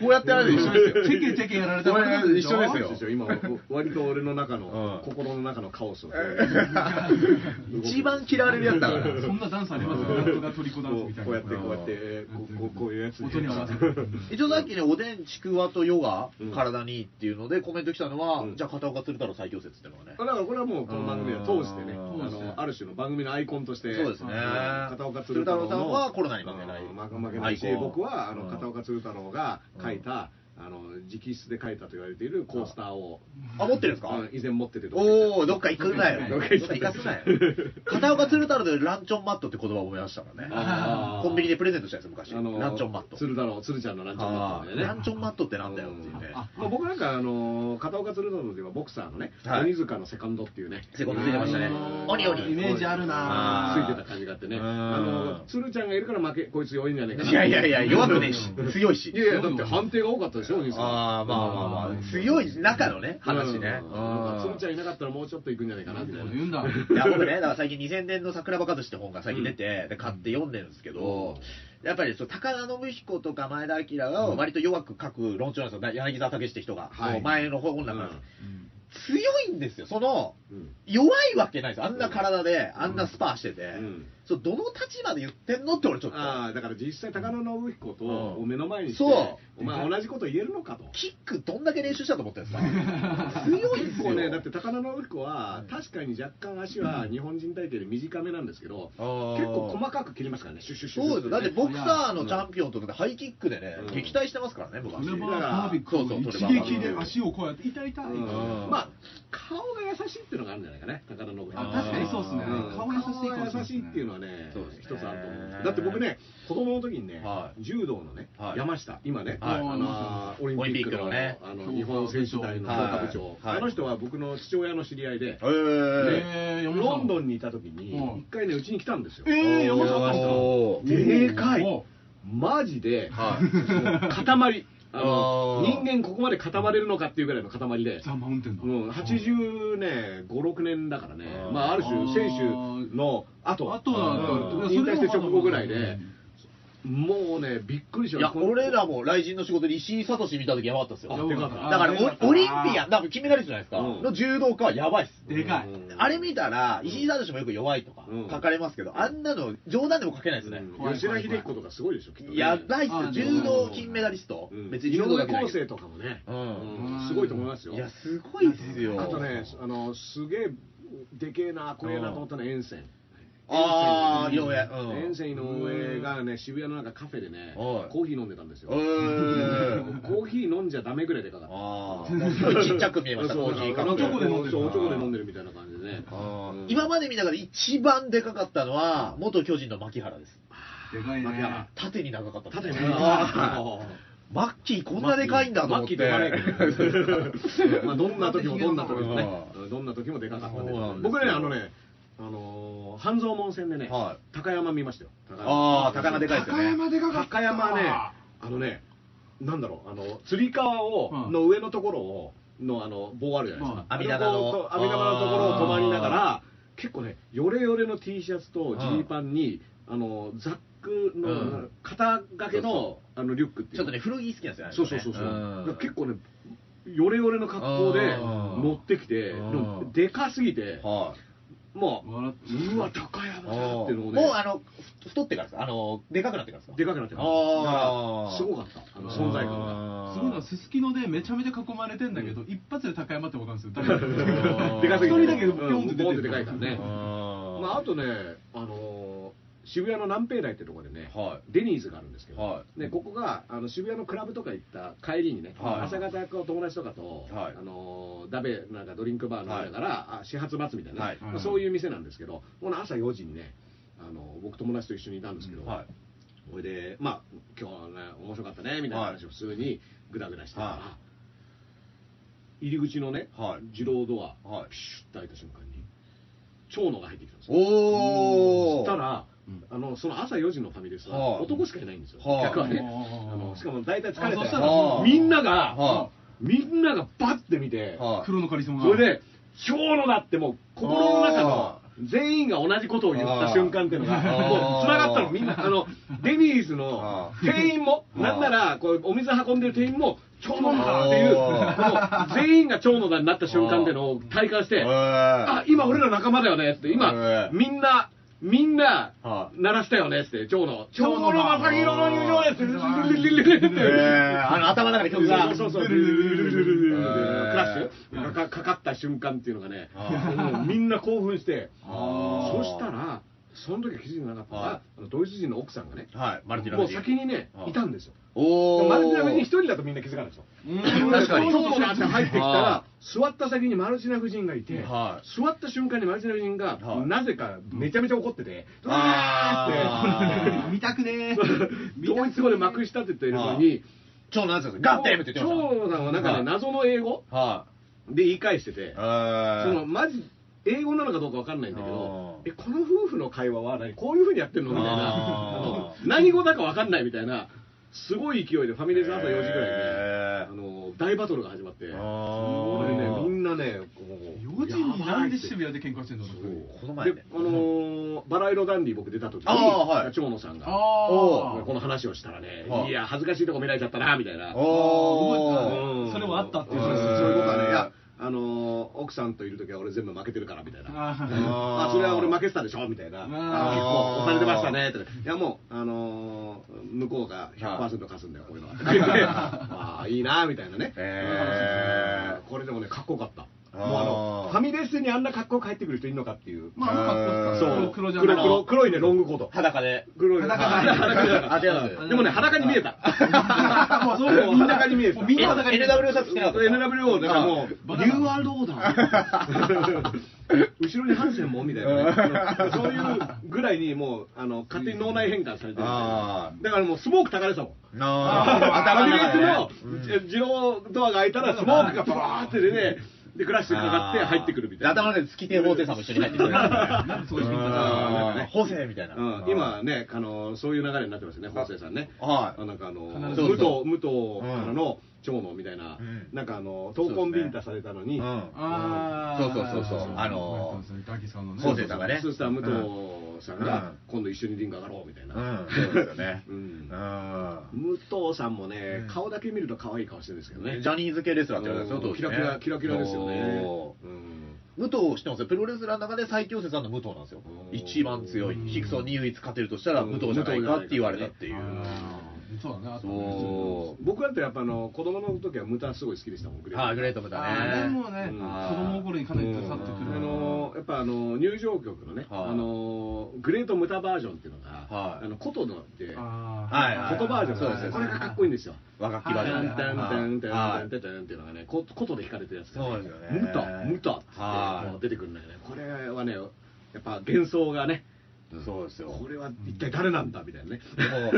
こうやってやらないと一緒ですよチェケチェケやられたこれ一緒ですよそう今割と俺の中の、うん心の中のカオスを、 一番嫌われるやつだからそんなダンスありますラップがトリコダンスみたいなこうやってこうやってこうこうこういうやつで音に合わせて一応さっきねおでんちくわとヨガ、うん体にいいっていうのでコメント来たのは、うんじゃあ片岡鶴太郎最強説っていうのがねだからこれはもうこの番組は通してねあうんのある種の番組のアイコンとしてそうですねん片岡鶴鶴太太郎郎のさんはコロナに負けないうんま負けないしアイコン僕はあうのん片岡鶴太郎が書いたあの直筆で書いたと言われているコースターをあ持ってるんですか、うん以前持ってておおどっか行くなよ どどっっかか行行くなかすなよ片岡鶴太郎でランチョンマットって言葉を思い出したからねあーコンビニでプレゼントしたんですよ昔、あのランチョンマット鶴太郎鶴ちゃんのランチョンマットだよねランチョンマットってなんだよっていうねあまあ、僕なんか、あのー片岡鶴太郎といえばボクサーのね、はい鬼塚のセカンドっていうね、セコンドついてましたねオニオニイメージあるなあつーいてた感じがあってね、うんあのー鶴ちゃんがいるから負け、こいつ弱いんじゃねえかな。いやいやいや弱くねえし強いしいやいやだって判定が多かったでしょ、鬼塚。ああまあまあまあ強い中のね話ねうんうん鶴ちゃんいなかったらもうちょっといくんじゃないかなみたいな。言うんだいや僕ねだから最近2000年の桜庭和志って本が最近出て、で買って読んでるんですけど、やっぱりそう高田信彦とか前田明を割と弱く書く論調なんですよだ柳沢武史って人が、はいこう前の本の中で、強いんですよそのうん弱いわけないですよあんな体で、あんなスパーしてて、うんそうどの立場で言ってんのって俺ちょっとああだから実際、高野信彦とうんお目の前にして、そうお前、同じこと言えるのかと。キックどんだけ練習したと思ってるん ですか強いんです結構よね、だって高野信彦は、確かに若干足は日本人体型で短めなんですけど、あー結構細かく切りますからね、シュッシュッシュッシそうュですよだってボクサーのうんチャンピオンとかでハイキックでね、うん撃退してますからねト昔レバー・だからバービックをそうそ一うトレバー撃で足をこうやって痛い痛いんまあ顔が優しいっていうのがあるんじゃないかね高田信あ確かにそうっすねうん顔優しいかもしれない顔が優しいっていうののはねそうですね一つあると思うんですよだって僕ね子供の時にね、はい柔道のね、はい山下今ね、はいあのーオリンピックのオリンピックのねあの日本選手団の総はい部長、はいあの人は僕の父親の知り合いで、えーえー、山ロンドンンにいた時にうん一回ねうちに来たんですよ、えー、山下さんおーでかいおマジではい塊あのあー人間ここまで固まれるのかっていうぐらいの塊でザ・マウンテンだもう80ね56年だからねあーまあある種あー選手の後あとはうだかんら引退して直後ぐらいうんでもうねびっくりしいましや、た俺らも雷神の仕事で石井聡見た時やばかったですよ。あでかかっただかあらでかかったおオリンピアン、だから金メダリストじゃないですか、うんの柔道家はやばいっす。でかいうんあれ見たら、石井聡もよく弱いとかうん書かれますけど、あんなの冗談でも書けないですね。うん吉田秀彦とかすごいでしょきっとねやばいっすよあ、でも柔道金メダリスト。うん別に井柔道上だけじゃな康いけ生どとかもねううんすごいと思いますよん。いや、すごいっすよ。あとねあのすげえでけえなこれえなと思ったのは沿線あー、ようや、うん。沿線井上がね渋谷のなんかカフェでねはいコーヒー飲んでたんですようーん。コーヒー飲んじゃダメぐらいでかかったあー、ちっちゃく見えました、コーヒーカッおちょこで飲んでるプそうおちょこで飲んでるみたいな感じでね。あうーん今まで見た中で一番でかかったのは、元巨人の牧原です。でかいね牧原縦に長かったです縦ね。にあー長マッキーこんなでかいんだと思って。マッキーでかいまあどんな時もどんな時もねう、どんな時もでかかったんでそうなんですよ僕ねあのねあのー半蔵門線でねは高山見ましたよ。高ああ、高山でかいですよ高ね。山でかかった高山ねあのねなんだろうあの吊り革をうんの上のところをのあの棒あるじゃないですか。うん網棚のあこう網玉のところを止まりながら結構ねヨレヨレの T シャツとジーパンにあのザックの、うん肩掛けそうのあのリュックっていうちょっとね、古着好きなんですよね。そうそうそうそう、んだから結構ねヨレヨレの格好でうん乗ってきて、うんでもでかすぎて、はい。も笑っちゃううわ高山だっていうのをねもうあのふ太ってからですかあのでかくなってからですかでかくなってますあーだからすごかったあの存在感が。すごいのはすすきのでめちゃめちゃ囲まれてんだけど、一発で高山ってわかるんです よ誰あかーでかすぎて一人だけどうんピョンって出てるボンってでかいからねあまあ、あとね、あのー渋谷の南平台ってところでね、はデニーズがあるんですけど、はね、ここがあの渋谷のクラブとか行った帰りにね、はい朝方こう友達とかと、はいあのーダベなんかドリンクバー飲みながら、あ始発待つみたいな、はいまあ、そういう店なんですけど、もうね朝4時にね、あの僕友達と一緒にいたんですけど、はいそれで、まあ、今日はね、面白かったねみたいな話を普通にぐだぐだしてたら、はい入り口のね、はい自動ドア、はいピシュッと開いた瞬間に、蝶野が入ってきたんですよ。おそおしたら、うんあのその朝4時のファミレスは、はい男しかいないんですよ、はい客はね。あーあのしかも大体疲あれそてしたらはいみんなが、はみんながバッて見て、はい黒のカリスマがそれで、今日のだってもう心の中の全員が同じことを言った瞬間っていうのが、あーもう繋がったの、みんな、あの、デニーズあの店員も、あーなんなら、こう、お水運んでる店員も、長野だっていう、あこの全員が長野だになった瞬間っていうのを体感して、ああ、今俺ら仲間だよねって、へ今、ーみんな、みんなは、い鳴らしたよねって、長野。長長野野のまさひろの入場ですえー、あの頭の中で曲がそうそうそう。ルルルルルルルルルクラッシュかかかかった瞬間っていうのがね、もうみんな興奮して、あそーしたら、その時は気づいてなかったのはいが、あのドイツ人の奥さんがね、はいマルティラもう先にねは、いいたんですよ。おおマルチナフに一人だとみんな気づかないでしょ。うん確かにそうそうだって入ってきたらは、座った先にマルチナ夫人がいて、は座った瞬間にマルチナ夫人が、はいなぜかめちゃめちゃ怒ってて、うわーって、あー見たくねー ドイツ語でまくし立ててるのに、超なんですかガッテームって言ってまし長野さんはなんかはね、い謎の英語たはで言い返しててい、えそのマジ英語なのかどうかわかんないんだけどあーえこの夫婦の会話は何こういうふうにやってるのみたいなああーの 何語だかわかんないみたいなすごい勢いでファミレス朝4時ぐらいに、へーあの大バトルが始まってあこれねみーんなねこう4時になんで渋谷で喧嘩してんだろそううこの前ねであのーバラ色ダンディ僕出た時にあーはい長野さんがあこの話をしたらねはいいや恥ずかしいとこ見られちゃったなみたいなおうそれもあったっていうそう話そうですそういうことはねいやあのー奥さんといる時は俺全部負けてるからみたいなあーああそれは俺負けてたでしょみたいな、ああー結構押されてましたねって、いやもう、あのー向こうが100%貸すんだよ、こういうのは。ああ、いいなみたいなね、へーうんこれでもね、かっこよかった、あーもうあのファミレスにあんな格好帰ってくる人いるのかっていう。まあ、そあの格好黒、黒うじゃ黒ない 黒黒いね、ロングコート。裸で。黒いね。裸じゃない裸じゃないあ違うんですよでもね、裸に見えた。もうそうもう裸に見えた。みんな裸に NW シ ャツ着てなかったですか NWO だからもう、あニューワールドオーダー。 後ろにハンセンもみたいなね、そういうぐらいにもうあの勝手に脳内変換されてるあだからもうスモークたかれてたもんなファあミレスのうんじ自動ドアが開いたらスモークがバーって出てでクラッシュにかかって入ってくるみたいな頭で月亭法廷さんも一緒に入ってくる。 なんでそういう人あーうん法政みたいな。うん、今ねあの、そういう流れになってますよね、法政さんね。はいあなんかあの必ず武藤武藤からの長野みたいな、うんなんかあの闘魂ビンタされたのうに、ん。あそーうそうそうそうあのーそうそうガキさんのね法政さんがねそしたら武藤さんが、今度一緒にリング上がろうみたいな、うん。そうですよね。ううんん。武藤さんもね、うん顔だけ見ると可愛い顔してるんですけどね、ジャニーズ系レスラーって言われてうんキラキラキラキラですよね。うん武藤を知ってますよ。プロレスラーの中で最強説あるの武藤なんですよう。ん一番強い。うんヒクソンに唯一勝てるとしたら武藤じゃないかって言われたっていう。あーそうだねあとそ僕だってやっぱあの子供の時はムタすごい好きでしたもん、グう。レートあー、グレートムだあれね。もね、うん子供頃にかなり刺さってくある、のやっぱあの入場曲のね、はいあのグレートムタバージョンっていうのが、はいあの琴のって琴あはいはいバージョンそうでがあすそうでるんですよすこれがかっこいいんですよ。若きはバいージョはいンは。いタンタンタンはいタンタンタンっていうのがね、こ琴で弾かれてるやつそうですよねムタムタってはいもう出てくるんだよね。これはね、やっぱ幻想がね、そうですよ。これは一体誰なんだみたいなね。でも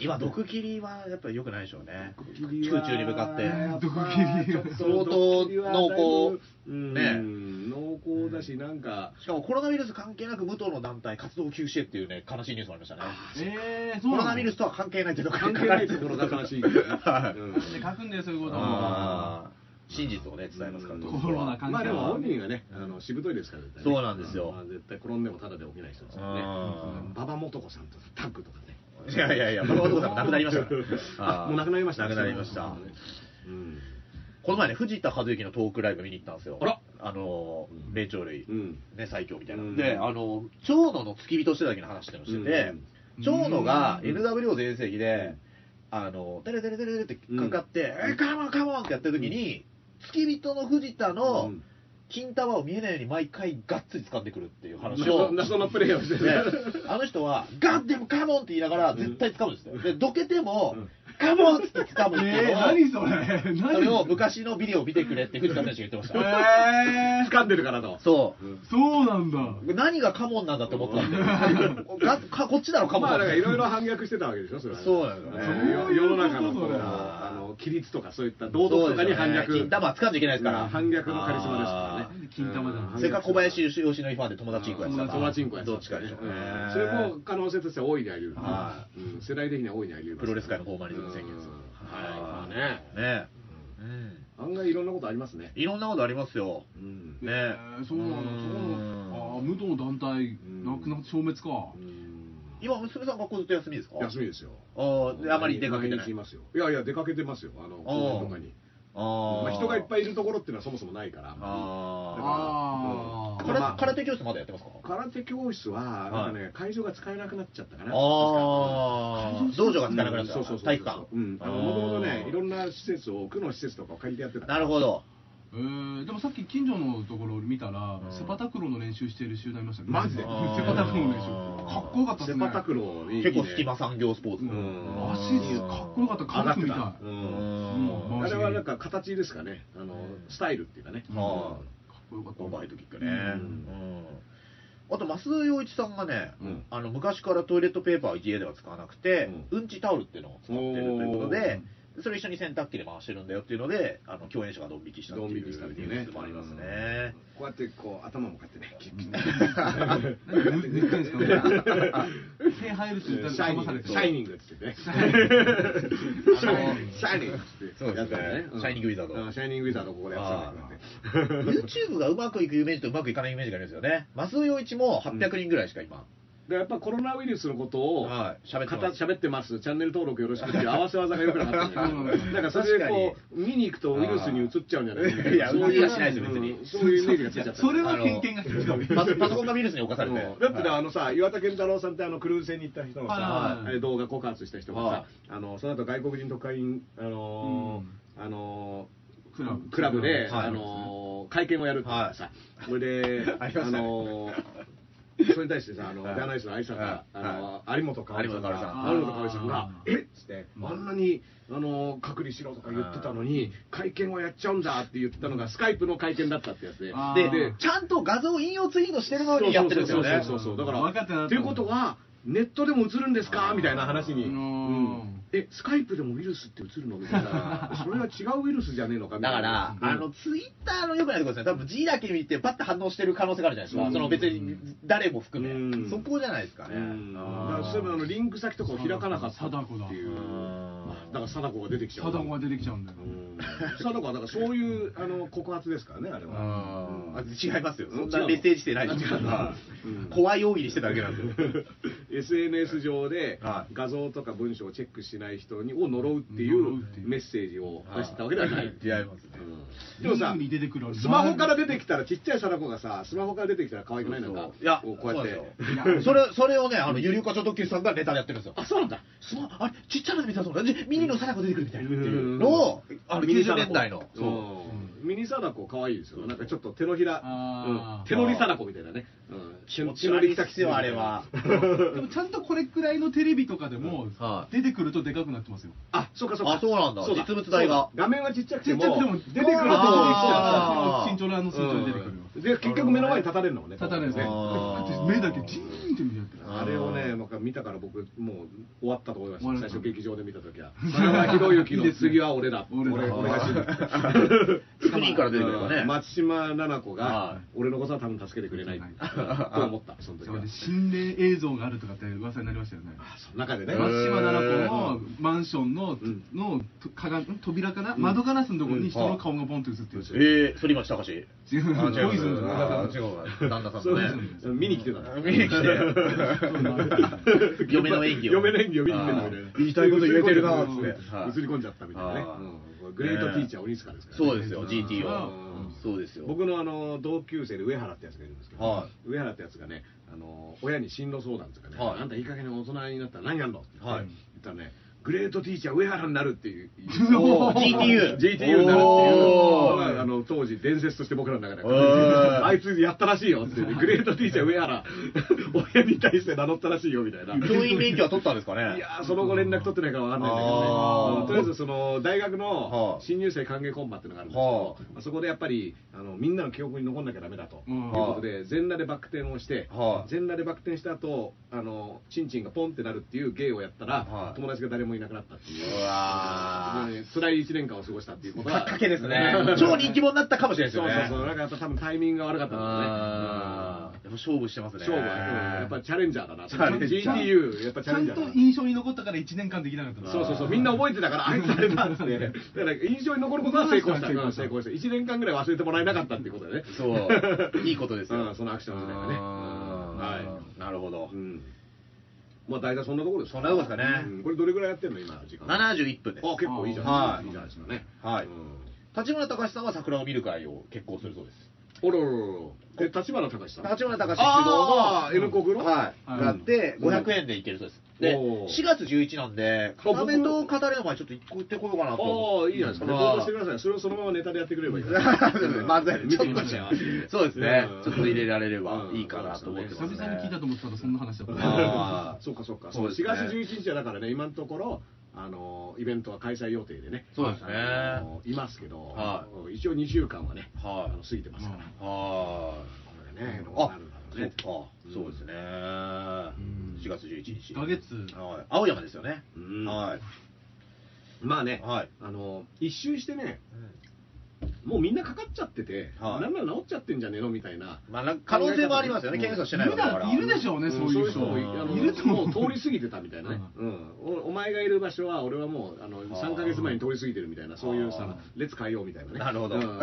今毒切りはやっぱり良くないでしょうね空中に向かって毒斬りは相当濃厚ねね濃厚だしなんかしかもコロナウイルス関係なく武藤の団体活動休止へっていうね悲しいニュースもありましたねええー、そうなコのロナウイルスとは 関係ないってところ関係ないところが悲しいよねはいうんで書くんだよそういうことあー真実をね伝えますからうんどうぞコロナ関係まあはでも本人がね、あのしぶといですから、絶対ねそうなんですよまあ絶対転んでもただで起きない人ですからあね。馬場素子さんとかタッグとかね。いやいやいや、この男さんも亡くなりましたから。あ、 もう亡くなりました。亡くなりました。うん。この前ね、藤田和之のトークライブ見に行ったんですよ。あらあのー、霊長類。うん。ね、最強みたいな。うんで、あの、長野の付き人してた時の話っていうのをしてて、うん長野がうん NWO 全盛期で、あの、テレテレテレテレってかかって、え、カモンカモンってやってる時に、付き人の藤田うのん金太はを見えないように毎回がっつり掴んでくるっていう話を謎、謎のプレイをしてねね。あの人は、ガッでもカモンって言いながら絶対掴むんですよ。で、どけてもうん、カモンって掴むっていうえー、のを何それそれを何昔のビデオを見てくれって藤田選手が言ってました。え 掴んでるからと。そう。うんー、そうなんだ何がカモンなんだって思ってたんで、がかこっちだろ、カモンまあ、だからいろいろ。ろ反逆してたわけでしょ、それはね。そうなんですよねよ世の中のこそうういうことだよあの、規律とかそういった道徳とかに反逆。金玉掴んじゃいけないですから。うん反逆のカリスマですからね。金玉だなそれか小林義之ファンで友達インコやってたから友達インコやどっちかでしょうねうんそれも可能性としては大いにあり得る、はうん世代的には大いにあり得るプロレス界のフォーマリズム宣言ですうよんははいいまあねねうん案外いろんなことありますねいろんなことありますよ。うんねえー、そうなんだそうなんだああー武藤団体なくなって消滅かうん今、娘さん学校ずっと休みですか休みですよあーであまり出かけてな毎日い。ますよいやいや出かけてますよあの公園とかにあまあ、人がいっぱい。いいるところっていうのはそもそもないからああああ。これまあ空空手教室まだやってますか空手教室はなんかね、会場が使えなくなっちゃったかなああ。道場が使えなくなっうんた。そうそうそう体育館。うんあのもともとねいろんな施設を区の施設とかを借りてやってたなるほど。えー、でもさっき近所のところを見たら、うんセパタクローの練習している集団いましたねマジでセパタクローの練習かっこよかったでセすねパタクローに結構隙間産業スポーツ。うんらしいですかっこよかったかぶってみたい上がってたうんうんあれはなんか形ですかねあのスタイルっていうかねあかっこよかっあ、たうまいとキックね。ううんん。あと、増田洋一さんがねうん、あの、昔からトイレットペーパーを家では使わなくて、うんちタオルっていうのを使ってるということで、それ一緒に洗濯機で回してるんだよっていうので、あの、共演者がドン引きしたっていうドン引きしたっていうねニュースもありますね。こうやってこう頭もこうやっ てねキュッキュッ何塗塗ってんすか手入るって言ったらシャイニ騙さンれてグシャイニングっつってねシャイニングっつってそうですねやったよシャイニングウィザードうんシャイニングウィザードここでやってたんだよね YouTube がうまくいくイメージとうまくいかないイメージがありますよね。増田洋一も800人ぐらいしか今、でやっぱコロナウイルスのことをはい喋ってかたます。喋ってますチャンネル登録よろしくっていう合わせ技が良くなか ったんだよね だからそれでこう見に行くとウイルスに移っちゃうんじゃないかいやそうう移りはしないですよ別にうんそういうイメージがついちゃったそれは偏見が必要パソパソコンがウイルスに侵されて。 だってねあのさ岩田健太郎さんってあのクルーズ船に行った人のはさいはいえー動画告発した人がさ、はいあのその後外国人特派員あのーあのークラブクラブで、はいあのー会見をやるって言ってさ、これで、 あありましたねのそれに対してさ、あの、ジはいャーナリストの愛さんが、はいあの、有本香織さん有本香織さが、ん有本香織さんがあ、えっつって、あんなに、あの、隔離しろとか言ってたのに、会見をやっちゃうんだって言ったのが、スカイプの会見だったってやつで、あでーでちゃんと画像引用ツイートしてるのにやってるんですよねそうそうそうそうだから分かってなかったということはネットでも映るんですかみたいな話に、ううんん、えスカイプでもウイルスって映るのみたいなそれは違うウイルスじゃねえのかみただいかなら、あの、ツイッターの良くないところですね。多分字だけ見て、パッと反応してる可能性があるじゃないですか。うんその別に、誰も含うめ。んそこじゃないですかね。うんだあからそういえばあのリンク先とかを開かなかったっていーうまあだから貞子が出てきちゃう貞子が出てきちゃうんだようん貞子はだからそういうあの告発ですからねあれはあーあ違いますよ。うんそんなメッセージしてないです違うのうん 怖い大喜利してただけなんです よ。 SNS 上ではい画像とか文章をチェックしない人にを呪うってい呪ううっていうメッセージを出してたわけではない、 違いますね。でもリさングに出てくるスマホから出てきたらちっちゃい貞子がさスマホから出てきたら可愛くないなんかいや、こうこうやっそてうなんですよいやそれ、それをね、あの、ゆりゆかちょ特急さんがネタでやってるんですよ。あそうなんだすまあれ、ちっちゃなの見たそうな、ミニの貞子出てくるみたいなっていうのをうん、あの、ミニ90貞子年代の。そううんミニ貞子可愛いですよなんかちょっと手のひら、あーうん手のり貞子みたいなね、うん、気持ち悪いっすよ、あれは。でもちゃんとこれくらいのテレビとかでもは出てくるとでかくなってますよあそうかそうかあそうなんだ実物大がそうだ画面がちっちゃくてちっもちゃくても出てくるとこに来たあらー身長のあの身長に出てくるようんで結局目の前に立たれるのもね立たないですねあー目だけチーンって見ちゃってるあれをね、なんか見たから僕、もう終わったと思いまし終わた、る最初、劇場で見たときは。前はひろゆきの次は俺だ、いいですね俺俺だ俺が死9ぬ。 人から出てくるからうねん。松島奈々子はがい、俺のことは多分助けてくれないと思った、その時それはで。心霊映像があるとかって噂になりましたよねあその中でね松、島奈々子のマンションのんのと鏡ん扉かな、ん窓ガラスのところに人の顔がボンと映ってる、えー、反町隆史違うあ違うポイズンのあ違う旦那さんそうのでねすね見に来てたの見に来 て 嫁の演技を嫁の演技を見に来てたのあー言いたいこと言えてるなっつって映り込んじゃったみたいなねあーうんグレートティーチャー鬼塚ですからねそうですよ GT をうんそうですよ僕のあの同級生で上原ってやつがいるんですけど、は上原ってやつがねあの親に進路相談とかね、はいあんたいい加減な大人になったら何やんのって言って、はい言ったらねグレートティーチャー上原になるって いうおー GTU GTU になるっていうおーまああの当時伝説として僕らの中でおーあいつやったらしいよってグレートティーチャー上原 親に対して名乗ったらしいよみたいな教員免許は取ったんですかねいやーその後連絡取ってないからわかんないんだけどねあー、うんとりあえずその大学はのあ新入生歓迎コンパっていうのがあるんですけはど、まあそこでやっぱりあのみんなの記憶に残んなきゃだめだと、うんいうことで全裸でバク転をして、はい全裸でバク転した後あのチンチンがポンってなるっていう芸をやったら、はい友達が誰もいなくなったっていううわー非常に辛い1年間を過ごしたっていうことはかっけですね 超人気者になったかもしれないですそようねそうそうなんかやっぱ多分タイミングが悪かったんあーやだっぱ勝負してますねね、うん勝負は、うんやっぱチャレンジャーだなチャレンジャー GTU やっぱちチャゃレンんジャーだなと印象に残ったから1年間できなかったのそうそうそう、みんな覚えてたから、あいつあれだっつって、だから印象に残ることは成功した、成成功功ししたた、1年間ぐらい忘れてもらえなかったっていうことだね、そう いいことですうよんそのアクション時代がねうんははいなるほどうん、まあ大体そんなところですそんなとこですかねうんこれ、どれぐらいやってんの、今、時間。 71分ですあ結構いいじゃはないいいいじゃないですかね。はいうん立花隆さんは桜を見る会を結婚するそうですおろろろろ。え、立花隆さん。立花隆史主導のあー N 国はのい、はいがあってうん500円でいけるそうですでおー4月11なんであ僕要と語れの前にちょっと一個行ってこようかなとああ、いいじゃないですか。レポートしてください。それをそのままネタでやってくればいいから漫才で見てみましょう。そうですね、んちょっと入れられればうんいいかなと思って久ます、ね、々に聞いたと思ってたらそんな話だったあー そうかそうか。そうそうで4すね月11日はだからね、今のところあのイベントは開催予定でね。そうですねあのいますけどは、一応2週間はね、はいあの過ぎてますから。はこれね、いどうあなるんだろうそっねか。そうですねん4月11日1ヶ月はい青山ですよね、うんはいまあね、はいあの一周してね、もうみんなかかっちゃってて、はいなんなら治っちゃってんじゃねえのみたいな。まあ、なんか可能性もありますよね、うん検査していないわるけだからだいるでしょうね、そういう人んいあのいると思もうう通り過ぎてたみたいなね、うんおお前がいる場所は俺はもうあのあー3か月前に通り過ぎてるみたいなそういうあさ列変えようみたいなねなるほどうん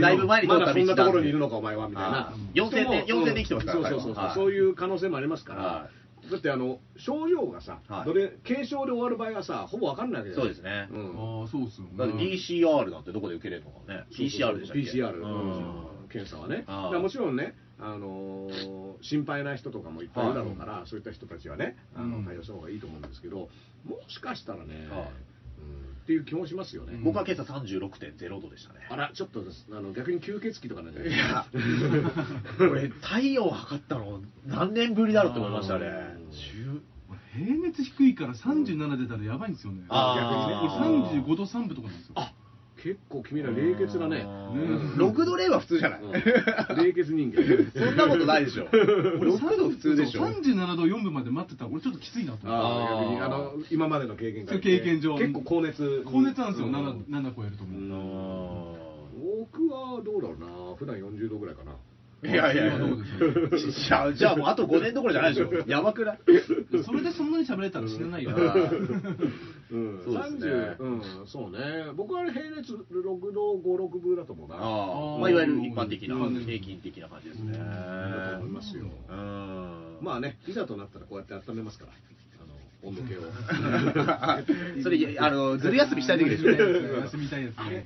だいぶ前に通まった道だだそんなところにいるのかお前はみたいなあー4000で人も4000できてますからうんそうそうそうそう、はいそういう可能性もありますから、はだってあの症状がさ、はいどれ軽症で終わる場合はさほぼ分かんないわけじゃそなういですね、うあんーそうっすよねだって PCR なんてどこで受けれるのかね PCR でしたっけ PCR、うん検査はね、ああだからもちろんね、あのー心配な人とかもいっぱいいるだろうから、そういった人たちはね、あうのん対応した方がいいと思うんですけど、もしかしたらね、はいうんっていう気もしますよね、うん僕は今朝36.0度でしたね。あらちょっとですあの逆に吸血鬼とかなんじゃないいや、俺、体温測ったの何年ぶりだろうって思いましたね。うん10平熱低いから37出たらやばいんですよね。あー逆にね35度3分とかなんですよ。あ結構君ら冷血だねうん6度0は普通じゃない、うん冷血人 間そんなことないでしょ。6度普通でしょ。 37度4分まで待ってたら、俺ちょっときついなと思っあああー逆にあの今までの経験から言って経験上結構高熱て。高熱なんですよ、う 7, 7超えるともう。僕はどうだろうな普段40度ぐらいかないやいやいや今どうでじゃあ、じゃあもうあと5年どころじゃないでしょ。やばくないそれでそんなに喋れたら死なないよ。うんそうですね30うんそうね僕は平熱6度56分だと思うなあーあ、まあ、いわゆる一般的な一般、的平均的な感じですね。だと思いますようんまあねいざとなったらこうやって温めますからあの温度計を それ、あの、ずる休みしたい時ですよね。休みたいやつね。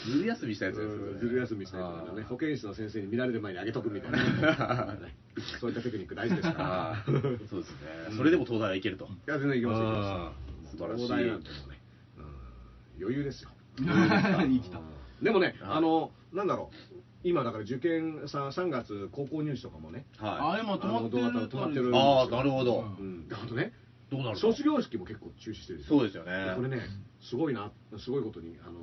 ずる休みしたやつですようねんずる休みしたいとかね保健室の先生に見られる前にあげとくみ たいなねそういったテクニック大事ですからあ ーそうですね。それでも東大はいけると。いや全然いけますよいけます素晴らしい東大なんてもうねうん余裕ですよ生きた。でもね、はいあの、なんだろう、今だから受験さ、3月高校入試とかもね、あはい。れも止まってあのる。止まってるああ、なるほど。うんうん、あとね、どうなるの卒業式も結構中止してるでしょそうですよね。これね、すごいな、すごいことに、あの、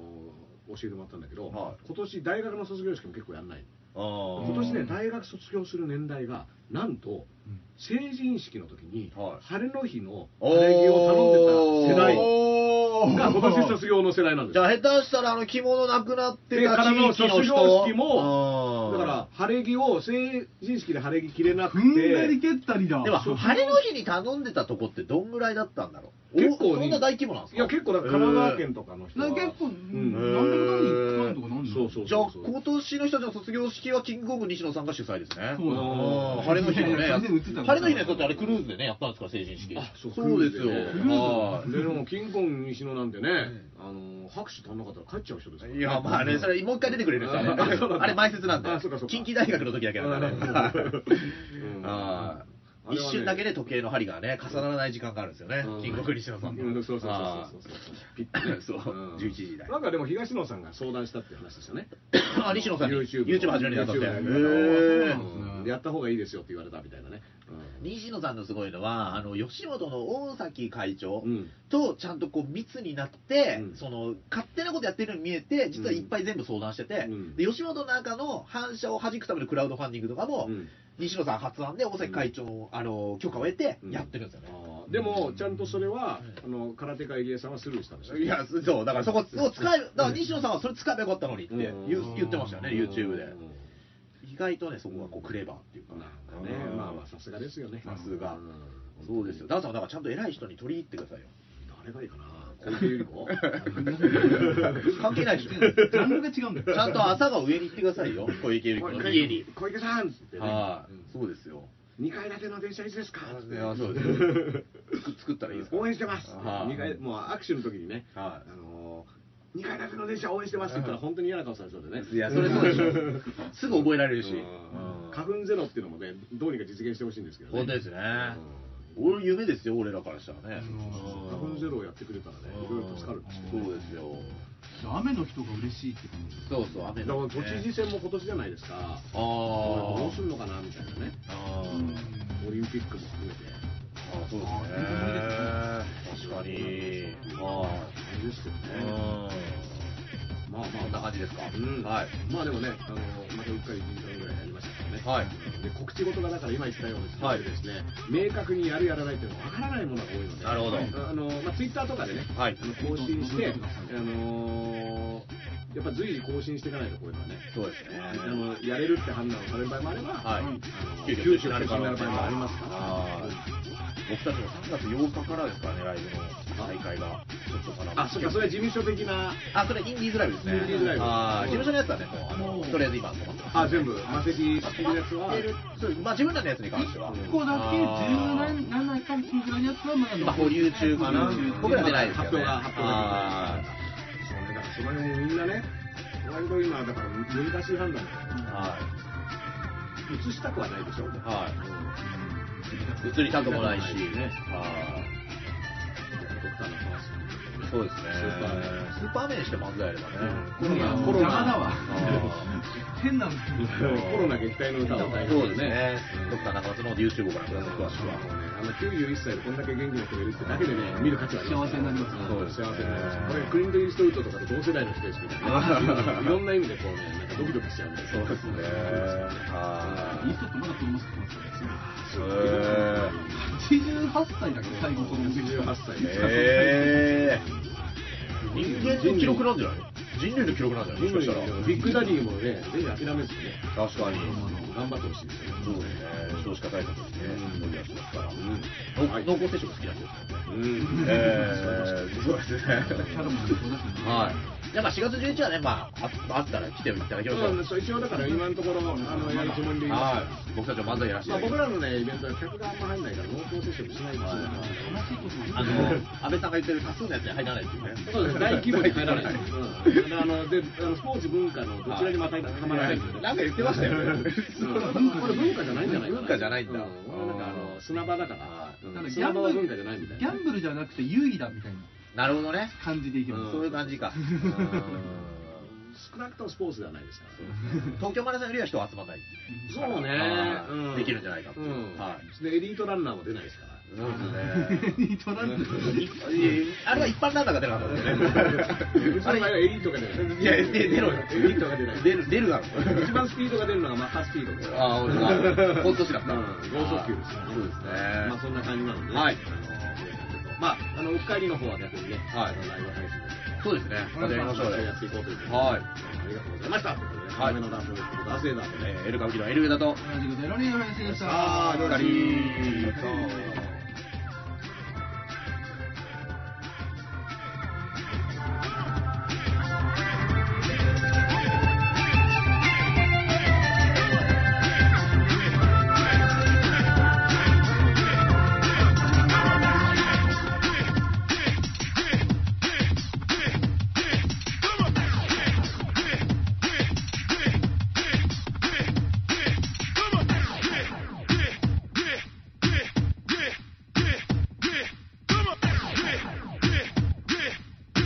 教えてもらったんだけど、は今年大学の卒業式も結構やんない。ああ。今年ね、うん大学卒業する年代が、なんと、うん成人式の時に、はい晴れの日のお晴れ着を頼んでた世代代が今年卒業の世代なんですじよゃあ下手したらあの着物なくなってでたからの地域の卒人業式もあーだから晴れ着を成人式で晴れ着着れなく踏てんだり蹴ったりだ。でも晴れの日に頼んでたとこってどんぐらいだったんだろう結構おそんな大規模なんですかいや結構だから神奈川県とかの人はだから結構、んなんでもかんでも行くかんとかなんだそうそうじゃあそう今年の人たちの卒業式はキングコング西野さんが主催ですねそうだあー晴れの日のね いやいや全然売ってた晴れの日のやつだってあれクルーズでねやったんですか成人式あそうそうですよクルーズでねはいでも金婚西野なんでね、あの拍手足んなかったら帰っちゃう人ですからねいや、まあね、それ、もう一回出てくれるんですよ、あれ。あそうなんだあれ、前説なんであそうかそう。か近畿大学の時だけなんでね。 うんああーれはね一瞬だけで時計の針がね、重ならない時間があるんですよねう。ん金国西野さんの。うんそうそうそうあそうそうピッてねそう11時 台なんかでも東野さんが相談したっていう話でしたねーあ西野さんに YouTube YouTube 始めるにあたって。へ YouTube のへーーうんやった方がいいですよって言われたみたいなね、うん西野さんのすごいのは、あの、吉本の大崎会長うんとちゃんとこう密になって、うんその、勝手なことやってるように見えて、実はいっぱい全部相談してて、うんで吉本の中の反射を弾くためのクラウドファンディングとかも、うん西野さん発案で大崎会長の、あの、許可を得てうんやってるんですよね。あーでもちゃんとそれは、あの空手界入江さんはスルーしたんですよいや、そう、だからそこを使え、だから西野さんはそれ使えばよかったのにって言ううん言ってましたよね、YouTube うでん。意外とね、そこがこうクレバーっていうか。なんかねうんまあまあさすがですよねさすがんそうですよ。ダンさんはだからちゃんと偉い人に取り入ってくださいよ。誰がいいかな小池百合関係ないでしょ。ジャンルが違うんだよ。ちゃんと朝が上に行ってください よ、小池百合子子の家に。小池さんっつってねはい、そうですよ。 2階建ての電車いつですかいや、そうですよ。作作ったらいいですか応援してますはい二階もう握手の時にねはあの2階建ての電車応援してますって言ったら本当に嫌な顔されそうでねい。いや、それそうでしょ。すぐ覚えられるし。うんうん花粉ゼロっていうのもねどうにか実現してほしいんですけどね本当ですねうん俺夢ですよ、俺らからしたらね。うん花粉ゼロをやってくれたらねいろいろ助かるんですそうですよ。雨の人が嬉しいって感じ。そうそう、雨だからの都日ね。知事選も今年じゃないですかあどうすーるのかなみたいなねあー。オリンピックも含めてあそうですね。確かに。は大変ですけどい。ねうまあまん。こんな感じですか。うんはい。まあでもね、あのまたうっかり2時間ぐらいやりましたかはらね、いで告知事がだから今言ったように、はいですね、明確にやる、やらないというのは分からないものが多いので、なるほどあのまあ、ツイッターとかでね、はいあの更新して、あのーやっぱ随時更新していかないと、こういうのはね、そうですね。あのやれるって判断をされる場合もあれば、はいあの急遽急遽中止になる場合もありますから。はい僕たちも3月8日からですからね、ライブの大会が。ちょっとかな。あ、そっか、それは事務所的な、あ、それインディーズライブですね。インディーズライブはい事務所のやつはね、もう、あの、とりあえず今、止まってますあ、全部、魔石的なやつは、そうまあ自分らのやつに関しては。ここだけ17回禁じられるやつはまだ今保留中かな保留中。僕ら出ないですけどね。発表が発表があそうね、だからその辺もみんなね、割と今、だから難しい判断ーは移したくはないでしょ、い。はい。映りたくもないし。ねあそうですねスーパーねスーパーメンして漫才やればねコロナうんコロナ邪魔だわあ変なんですよコロナ撃退の歌を歌いそうですねどっか中津の方で YouTube をご覧ください詳しくはあの91歳でこんだけ元気な人がいるってだけでね、見る価値はありま幸すせになりますそうです幸せになります。これ、クリント・イーストウッドとかと同世代の人ですけどね、いろんな意味でこうね、なんかドキドキしちゃうんで、そうですねイーストってまだ子供好きなんですはよいへ88歳だけど最後子供でき18ー歳へー人間の記録なんじゃない人類の記録なんじゃないもしかしたらビッグダディもね、ぜひ諦めずにね、確かに頑張ってほしいですよね。そうですね少子化対策ですねうん動き出しますからうんのはい濃厚接触好きな人ですからねうんえーそうですね。キャラもそうだしねはい。じゃあまあ4月11日はね、まあ、ああったら来ていただきましょう。そうなんですよ一応だから今のところ、あの、やるつもりでいますから。はい。僕たちも漫才やらせていまあ、ただきます。僕らのね、イベントは客があんま入んないから、濃厚接触しないんですよ。悲しいこともあの、安倍さんが言ってる多数のやつに入らないっていうね。そうです、大規模に入らない。うん、あの、で、あの、スポーツ文化のどちらにまた、はまらないですよね。なんか言ってましたよね。これ文化じゃないんじゃないか文化じゃないんだうこれなんかあの砂場だから、うんなんかギャ砂ン場ブはル文化じゃないみたいギなャ。ンブルじゃなくて有利だみたいななるほどね。感じでいけますそういう感じか。少なくともスポーツではないですか東京マラソンよりは人は集まらないっていう。ら。そうはいね、できるんじゃないかってう。いうんはでエリートランナーも出ないですから。 そうですね。 に取られてるあれは一般ランナーが出なかったんだよね。うちの場合はエリートが出ない。いや、出出ろよ。エリートが出ない。出る、出るだろ。一番スピードが出るのがマッハスピードです。ああ、俺が、ほっとしだった。うん剛速球ですよねそうですね。まあそんな感じなので、はいあのまああのお帰りの方は逆にね、はいあのライブ配信で。そうですね。またやりましょうやよっ。ていこうということではいありがとうございました。はい雨のダンスです。ダンスエーダーとね。えーエルカブキのエルウェダと、 同じことやられるようなでしたあー、カリーと。 10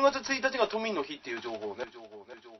月1日が都民の日っていう情報ね、情報ね、情報